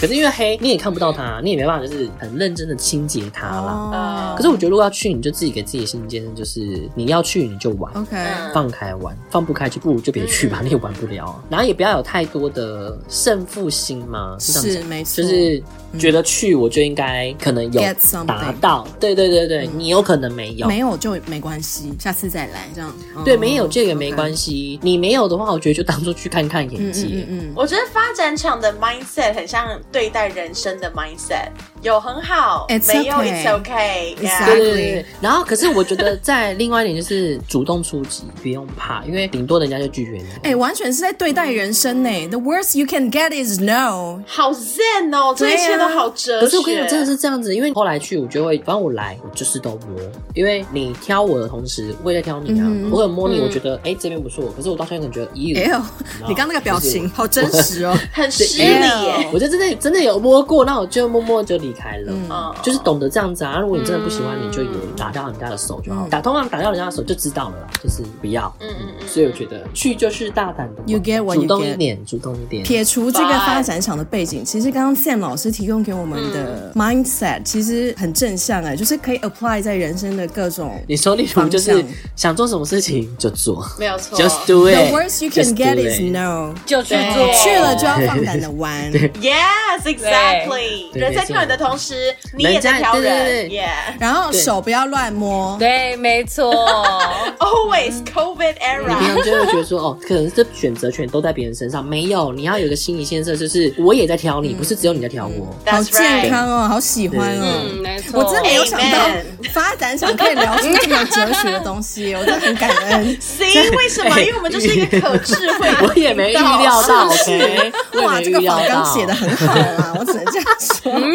D: 可是因为黑，你也看不到他，你也没办法，就是很认真的清洁它啦。
B: 呃
C: 哦
D: 嗯可是我觉得如果要去，你就自己给自己的心理建设，就是你要去你就玩。
C: ，OK，
B: 嗯
D: 放开玩，放不开就不如就别去
C: 嗯
D: 吧，你也玩不了、啊。然后也不要有太多的胜负心嘛，是这样
C: 是
D: 讲
C: 没错，嗯
D: 就是觉得去我就应该可能有
C: Get something 嗯
D: 达到，对对对对，你有可能没有，
C: 没有就没关系，下次再来这样。哦
D: 对，没有这个没
C: 系。
D: 关系。你没有的话，我觉得就当做去看看眼界。
C: 嗯嗯。
B: 我觉得发展场的 mindset 很像对待人生的 mindset，有很好
C: It's
B: 没有
C: okay.
B: it's okay，
C: It's
D: 对
B: yeah.
C: okay.
D: 对对对，然后可是我觉得在另外一点就是主动出击，不用怕，因为顶多人家就拒绝你。
C: 哎、完全是在对待人生呢、The worst you can get is no。
B: 好 zen 哦，这
C: 对啊
B: 一切都好哲学。
D: 可是我跟你讲，真的是这样子，因为后来去，我就会，反正我来，我就是都摸，因为你挑我的同时，我也在挑你啊。
C: 嗯哼
D: 我很摸你，我觉得哎、这边不错，可是我到现在可能觉得，
C: 哎
D: 咦，
C: 呦，你刚那个表情好真实哦。
B: 很失礼耶。
D: 我就真的真的有摸过，那我就默默就离开了。
B: 嗯，
D: 就是懂得这样子啊，如果你真的不喜欢，你就也打掉人家的手就好。
C: 嗯
D: 打通常打掉人家的手就知道了啦，就是不要。
B: 嗯嗯嗯
D: 所以我觉得去就是大胆的嘛
C: You get what you
D: 主动
C: get
D: 一点，主动一点。
C: 撇除这个发展场的背景，其实刚刚 Sam 老师提供给我们的 mindset 其实很正向哎、就是可以 apply 在人生的各种。
D: 你说，例如就是
C: 方向
D: 想做什么事情就做
B: 没有错。
D: ，just do it。
C: The worst you can
D: just
C: get
D: do
C: is
D: it
C: no。
A: 就去
B: 对
A: 做，
C: 去了就要放胆的玩。
B: Yes, exactly。
D: 对
B: 人在
D: 没错
B: 挑人的同时，你也在
D: 人家
B: 挑
D: 对对
B: 人。
D: 对
B: Yeah,
C: 然后手不要乱摸。
A: 对，没错，
B: always
D: 你
B: COVID
D: 平
B: era。
D: 常就会觉得说，哦，可能这选择权都在别人身上，没有，你要有一个心理建设，就是我也在挑
C: 嗯
D: 你，不是只有你在挑我。。
C: 好
B: That's
C: 健
B: right。
C: 康哦，好喜欢哦。
A: 嗯，没错，
C: 我真的没有想到
B: Amen
C: 发展场可以聊出这么哲学的东西，我真的很感恩。
B: See 为什么？因为我们就是一个可智慧
D: 我也没预料到，OK，我
C: 哇，
D: 也
C: 这
D: 没
C: 个
D: 预料
C: 仿纲
D: 到。
C: 写的很 好啦，我只能这样说。
B: 嗯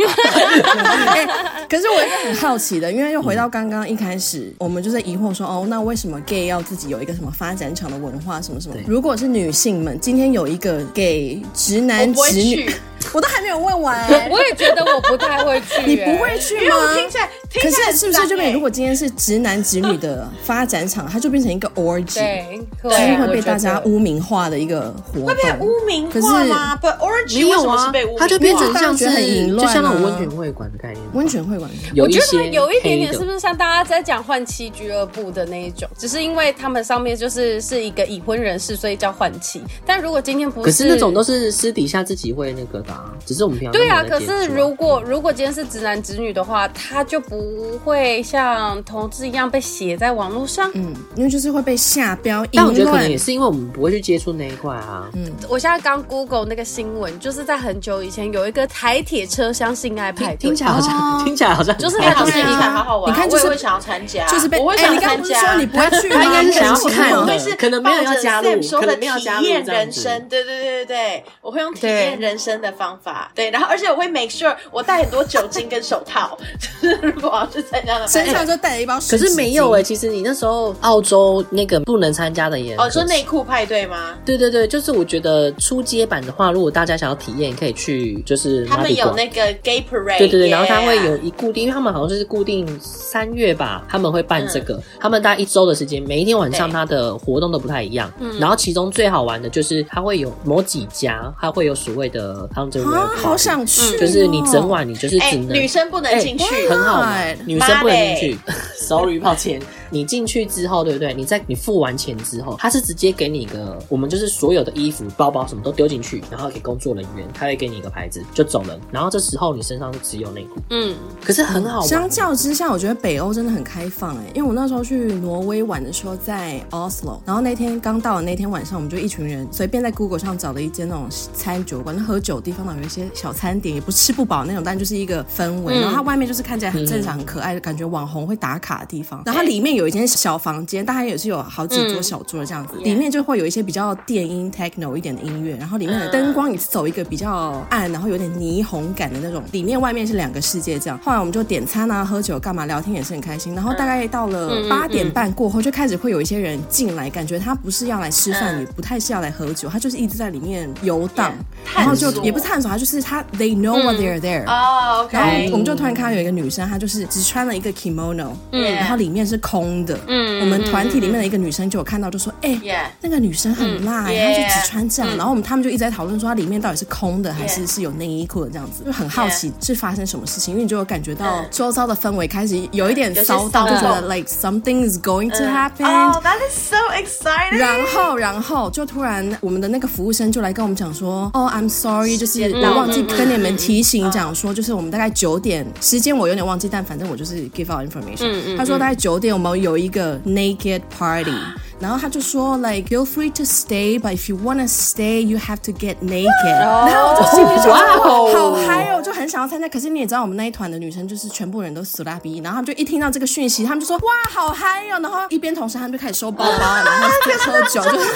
C: 哎可是我也很好奇的，因为又回到刚刚一开始，我们就在疑惑说，哦，那为什么 gay 要自己有一个什么发展场的文化，什么什么
D: 对？
C: 如果是女性们，今天有一个给直男
B: 我不会
C: 直女
B: 去，
C: 我都还没有问完，
A: 我也觉得我不太会去、
C: 你不
A: 哎
C: 会去
B: 因为我
C: 吗？
B: 听起来，听
C: 可
B: 起来欸
C: 是是不是就变？
B: 变？
C: 如果今天是直男直女的发展场，它就变成一个 orgy，
A: 对，
C: 就是
A: 对，
C: 会被大
A: 我
C: 家
A: 觉得
C: 污名化的一个活动，
B: 会被污名化吗？But Orange
D: 没
B: 为什
D: 有
B: 么是
D: 啊
B: 被污名，化？
D: 它就变成像
C: 大家觉
D: 是
C: 得很淫乱
D: 就
C: 啊
D: 像那种温泉会馆的概念。
C: 温泉会馆。
D: 有
A: 我
D: 一
A: 觉得他
D: 些
A: 们有一点点
D: 黑的
A: 是不是像大家在讲换妻俱乐部的那一种？只是因为他们上面就是是一个已婚人士，所以叫换妻。但如果今天不
D: 可是那种都
A: 是。
D: 是私底下自己会那个的啊，只是我们平常
A: 对啊，
D: 都没
A: 可
D: 有在
A: 是
D: 接触
A: 如果如果今天是直男直女的话，他就不会像同志一样被写在网络上。
C: 嗯，因为就是会被下标，
D: 但我觉得可能也
C: 淫
D: 是因为我们不会去接触那一块啊。
A: 我现在刚 Google 那个新闻，就是在很久以前有一个台铁车厢性爱派对，
D: 听听起来好像，听起来好像
A: 就是
B: 哎，
A: 他
B: 好像
A: 对啊
B: 听起来好好玩，
C: 你看就
B: 我
C: 是
B: 也会想要参加，
C: 乱就是被
B: 我会
C: 哎
B: 想
C: 你
B: 要
C: 刚
B: 参
C: 刚不是说
B: 加
C: 你。不会去吗？
D: 他应该是
C: 你
D: 想要
C: 去
D: 看
C: 吗
B: 我
D: 的
B: 会是
D: 可能没有要加入
B: 抱着 Sam 说
D: 可
B: 的
D: 能没有
B: 体
D: 加入
B: 验
D: 这样
B: 人
D: 子
B: 生，对对对对对，我会用体验人生的方法，对，然后而且我会 make sure 我带很多酒精跟手套， 就是如果我要去参加的话，哎
C: 身上就带了一包湿
D: 可
C: 纸巾，
D: 是没有哎、其实你那时候澳洲那个不能参加的也
B: 哦，说
D: 那
B: 内裤派对吗？
D: 对对对，就是我觉得初阶版的话，如果大家想要体验，可以去就是
B: 他
D: 马
B: 们
D: 里
B: 有
D: 馆
B: 那个 gay
C: 哎
B: parade，
D: 对对对，然后
B: yeah
D: 他会有一固定，因为他们好像就是固定三月吧，他们会办这
C: 嗯
D: 个，他们大概一周的时间，每一天晚上
B: 对
D: 他的活动都不太一样。然后其中最好玩的就是他会有某几家，他会有所谓的 underwear，
C: 啊，
D: party，
C: 好想去哦，
D: 欸就是你整晚你就是
B: 哎，
D: 只能、
B: 女生不能
D: 哎
B: 进去，
D: 很好玩
C: Why？
D: 女生不能进去
B: 妈
D: ，sorry，抱歉。你进去之后，对不对？你在你付完钱之后，他是直接给你一个，我们就是所有的衣服、包包什么都丢进去，然后给工作人员，他会给你一个牌子就走人。然后这时候你身上就只有内裤，
A: 嗯，
D: 可是很好玩。
C: 欸相较之下，我觉得北欧真的很开放哎、因为我那时候去挪威玩玩的时候在 Oslo，然后那天刚到的那天晚上，我们就一群人随便在 Google 上找了一间那种餐酒馆，那喝酒的地方呢有一些小餐点，也不是吃不饱那种，但就是一个氛
D: 嗯
C: 围。然后它外面就是看起来很正常、很可爱的感觉，网红会打卡的地方。然后它里面有一间小房间，大概也是有好几
B: 嗯
C: 桌小桌这样子，里面就会有一些比较电音 techno 一点的音乐，然后里面的灯光也是走一个比较暗，然后有点霓虹感的那种，里面外面是两个世界这样。后来我们就点餐啊、喝酒、干嘛、聊天也是很开心。然后大概到了
B: 嗯
C: 八点半过后，就开始会有一些人进来，感觉他不是要来吃饭，
B: 嗯
C: 也不太是要来喝酒，他就是一直在里面游荡，
B: Yeah，
C: 然后就
B: 嗯探索
C: 也不是探索，他就是他 they know what they're
D: 哎
C: there。
B: 哦
C: 然后我
B: ，OK，
C: 们就突然看到有一个女生，她就是只穿了一个 kimono，
B: Yeah
C: 然后里面是空的。
B: 嗯
C: 我们团体里面的一个女生就有看到，就说：“哎、
B: Yeah
C: 那个女生很辣、欸，
B: 嗯
C: 她
B: Yeah
C: 就只穿这样。”然后我们他们就一直在讨论说，她里面到底是空的还是是有内衣裤的这样子，就很好奇是发生什么事情，因为你就有感觉到
B: 嗯
C: 周遭的氛围开始有一点
B: 有些
C: 骚到，
B: 骚
C: 就觉得
B: 动
C: like something is going to happen、
B: 哦，That Oh, is so exciting。
C: 然后，然后就突然我们的那个服务生就来跟我们讲说，哦、i m sorry，就是我忘记跟你们提醒讲说，就是我们大概九点时间我有点忘记，但反正我就是 give out information。他说大概九点我们有一个 naked party。然后他就说，like you're free to stay, but if you wanna stay, you have to get naked。然后我
D: 哦
C: 就心里想说，哇，好嗨哦，就很想要参加。可是你也知道，我们那一团的女生就是全部人都死拉逼，然后他们就一听到这个讯息，他们就说，哇，好嗨哦。然后一边同时他们就开始收包包，然后就喝酒， 就是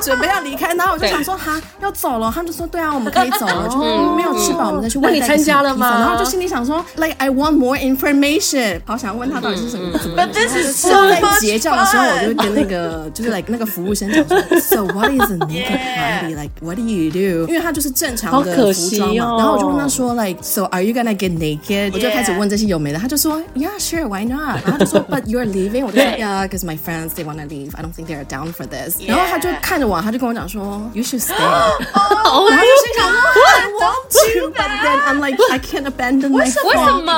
C: 准备要离开。然后我就想说，哈，要走了。他们就说，对啊，我们可以走了，就没有吃饱，我们再去外
A: 嗯
C: 带
A: 那你参加了吗
C: 一个披萨然后我就心里想说，like I want more information，好想问他到底是什
A: 嗯
C: 么怎么
B: But this is
C: 是
B: so
C: 在
B: much
C: 结账的时候，我
B: fun.
C: 就跟那个 就是 like 那个服务生讲说，So what is a naked
B: Yeah.
C: party? Like what do you do? 因为他就是正常
A: 好
C: 的
A: 可
C: 服
A: 惜
C: 装嘛，
A: 哦
C: 然后我就问他说，like So are you gonna get naked? 我就开始问这些有没的，他就说，Yeah, sure, why not? 然后他就说，But you're leaving? 我就说，Yeah, because my friends they wanna leave. I don't think they are down for this. 然后他就看着我，他就跟我讲说，You should stay. 然后就心想说，I want to, but then I'm like I can't abandon my
A: 为什
C: friend.
A: 么？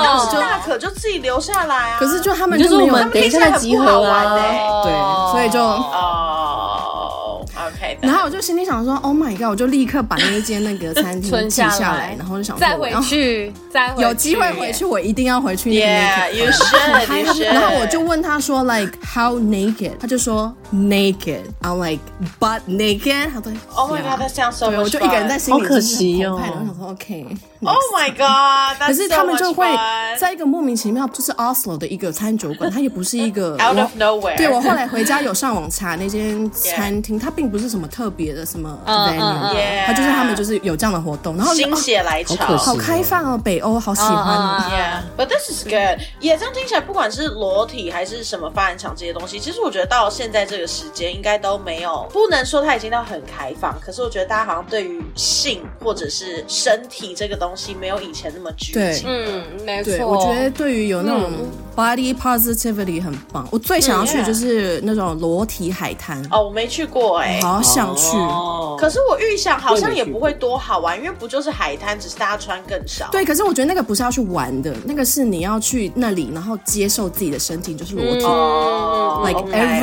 B: 大可就自己留下来啊。
C: 可是就他们
E: 就
C: 就是没
E: 我
C: 有
E: 们等一下再集合啊。
C: 对，所以就。
B: 哦，OK，
C: 然后我就心里想说，Oh my god！我就立刻把那一间那个餐 厅
A: 存
C: 记
A: 下
C: 下
A: 来
C: 来，然后就想说
A: 再
C: 我
A: 回
C: 要
A: 去，再回去
C: 有机会回去，我一定要回去那个
B: Yeah,
C: naked。
B: you should, you should.
C: 然后我就问他说，like how naked？他就说 naked。I'm like but naked。他说
B: Oh my god,
C: "Yeah."
B: that sounds so
C: 对，
B: much.
C: 我就一个人在
B: fun.
C: 心里
E: 好可惜哦
C: 就是很澎湃然后想说 OK。
B: Oh my god,
C: 可
B: that's
C: 是
B: so
C: 他们就
B: much
C: 会
B: fun.
C: 在一个莫名其妙，就是 Oslo 的一个餐酒馆，它也不是一个
B: Out of nowhere.
C: 对我后来回家有上网查 那间餐厅，它并不是什么特别的什么
B: 嗯
C: venue，、
B: Yeah
C: 它就是他们就是有这样的活动，然后就
B: 心
C: 哦
B: 血来潮。
D: 好可惜
C: 好开放哦，北欧好喜欢哦。
A: 嗯嗯嗯
B: Yeah, but this is good. 也、yeah, 这样听起来，不管是裸体还是什么发展场这些东西，其实我觉得到现在这个时间，应该都没有，不能说它已经到很开放。可是我觉得大家好像对于性或者是身体这个东西，没有以前那么拘
C: 对
B: 谨。
A: 嗯，没错，
C: 对，我觉得对于有那种 body positivity 很棒。我最想要去的就是那种裸体海滩，
B: 哦，我没去过哎、
C: 好想去。
D: 哦
B: 可是我预想好像也
D: 我也没去
B: 不
D: 过
B: 会多好玩，因为不就是海滩，只是大家穿更少。
C: 对，可是我觉得那个不是要去玩的，那个是你要去那里，然后接受自己的身体就是裸体、
B: 哦
C: l i k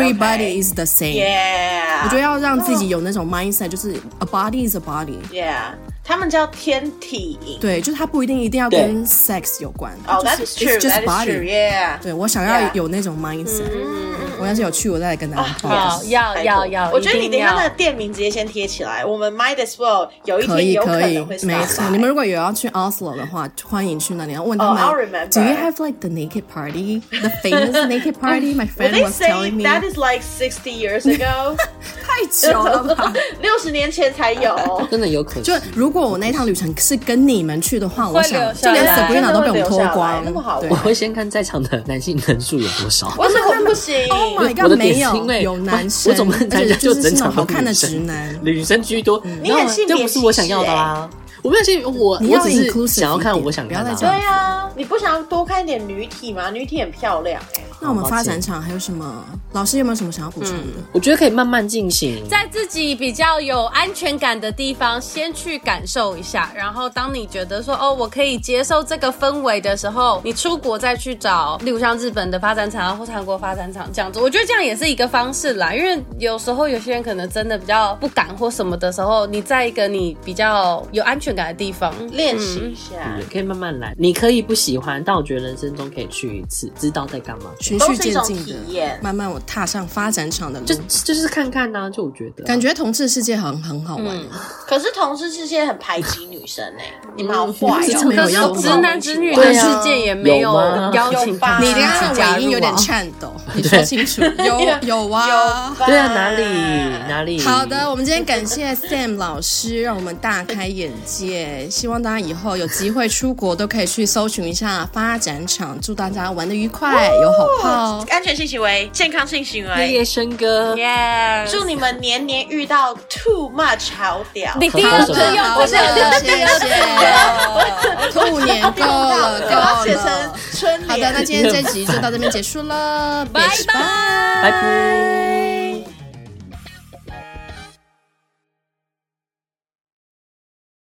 C: e everybody is the same。
B: Yeah，
C: 我觉得要让自己有那种 mindset，就是 a body is a body。
B: Yeah，他们叫天体营。
C: 对，就是它不一定一定要跟 sex 有关，
B: 哦、
C: 它
B: t h a t
C: 就是
B: is true.
C: it's just
B: That is true.
C: body。
B: Yeah.
C: 对我想要
B: Yeah 嗯
C: 有那种 mindset，我要是有去，我再来跟大家
B: 啊
C: 报。
A: 要要
B: 拜托
A: 要要，
B: 我觉得你
A: 一定
B: 等一下那
A: 要
B: 个店名直接先贴起来，我们 might as well 有一
C: 可
B: 天
C: 以
B: 有
C: 可以
B: 能会，
C: 没
B: stop
C: 错。
B: by
C: 你们如果有要去 Oslo 的话，欢迎去那里。要问他
B: Oh, I'll remember.
C: 们，Do you have like the naked party, the famous naked party? My
B: Were
C: friend
B: they
C: was telling
B: saying
C: me.
B: that is like sixty years ago？
C: 太久了吧？
B: 六十年前才 有。
D: 真的有可惜
C: 就。如果我那一趟旅程是跟你们去的话，我想
A: 留
C: 就
A: 下来
C: 连
B: 真
C: Sabrina
B: 的
C: 都
B: 会
C: 被我们
B: 留
C: 脱
B: 下来
C: 光，
B: 那么好玩 Oh
C: 对
D: 我会先看在场的男性人数有多少。
B: 为什么不行
C: Oh my god！
D: 我的点
C: 没
D: 是
C: 有
D: 因为
C: 有男
D: 我
C: 生，
D: 我总不能
C: 而
D: 参
C: 且
D: 加
C: 就是
D: 整
C: 是那种
D: 场
C: 好
D: 都
C: 看的
D: 女生
C: 直男。
D: 女生居多，嗯你知道
B: 你
D: 吗
B: 很性？别
D: 这不是我想要的啊！我没有性别，我
C: 你要
D: 我只是
C: inclusive
D: 想要
C: 一
D: 看
C: 点
D: 我想看
C: 不要
D: 的
C: 再讲
D: 啊。
B: 对啊，你不想要多看一点女体吗？女体很漂亮哎、
C: 那我们发展场还有什么？老师有没有什么想要补充的？
D: 我觉得可以慢慢进行。
A: 在自己比较有安全感的地方先去感受一下，然后当你觉得说哦，我可以接受这个氛围的时候，你出国再去找，例如像日本的发展厂啊或韩国发展厂这样子，我觉得这样也是一个方式啦。因为有时候有些人可能真的比较不敢或什么的时候，你在一个你比较有安全感的地方，
B: 练习一下。
C: 嗯
D: 对可以慢慢来，你可以不喜欢，但我觉得人生中可以去一次，知道在干嘛。
C: 循序渐
B: 都是
C: 进
B: 一种
C: 的
B: 体验，
C: 慢慢我踏上发展场的路
D: 就。就是看看呢、就我觉得啊
C: 感觉同志世界很很好玩，
A: 嗯
B: 可是同志世界很排挤女生哎、你们好坏
C: 嗯是
B: 哦、
C: 这没有
A: 可
C: 要
A: 是直男直女的
C: 对
A: 世
C: 啊
A: 界也没
D: 有吗
A: 邀请他们
C: 你
A: 一
C: 刚
A: 起
C: 刚的
A: 加
C: 尾音
A: 入
C: 有点
A: 啊。
C: 颤 抖，你说清楚。有 有啊。
B: 吧
D: 对啊，哪里哪里
C: 好的，我们今天感谢 Sam 老师，让我们大开眼界。希望大家以后有机会出国，都可以去搜寻一下发展场。祝大家玩的愉快，有好炮。
B: 安全性行为、健康性行
D: 夜
B: 为，
D: 夜笙歌，
A: 耶！
B: 祝你们年年遇到 too much 好屌。
A: 你第二次
D: 好
A: 用不
C: 好的，
A: 是
C: 谢谢。兔
B: 啊
C: 年够了，够
B: 要写
C: 了
B: 成。春
C: 好的，
B: 联
C: 那今天这集就到这边结束了，
A: 拜
C: 拜。
D: 拜拜。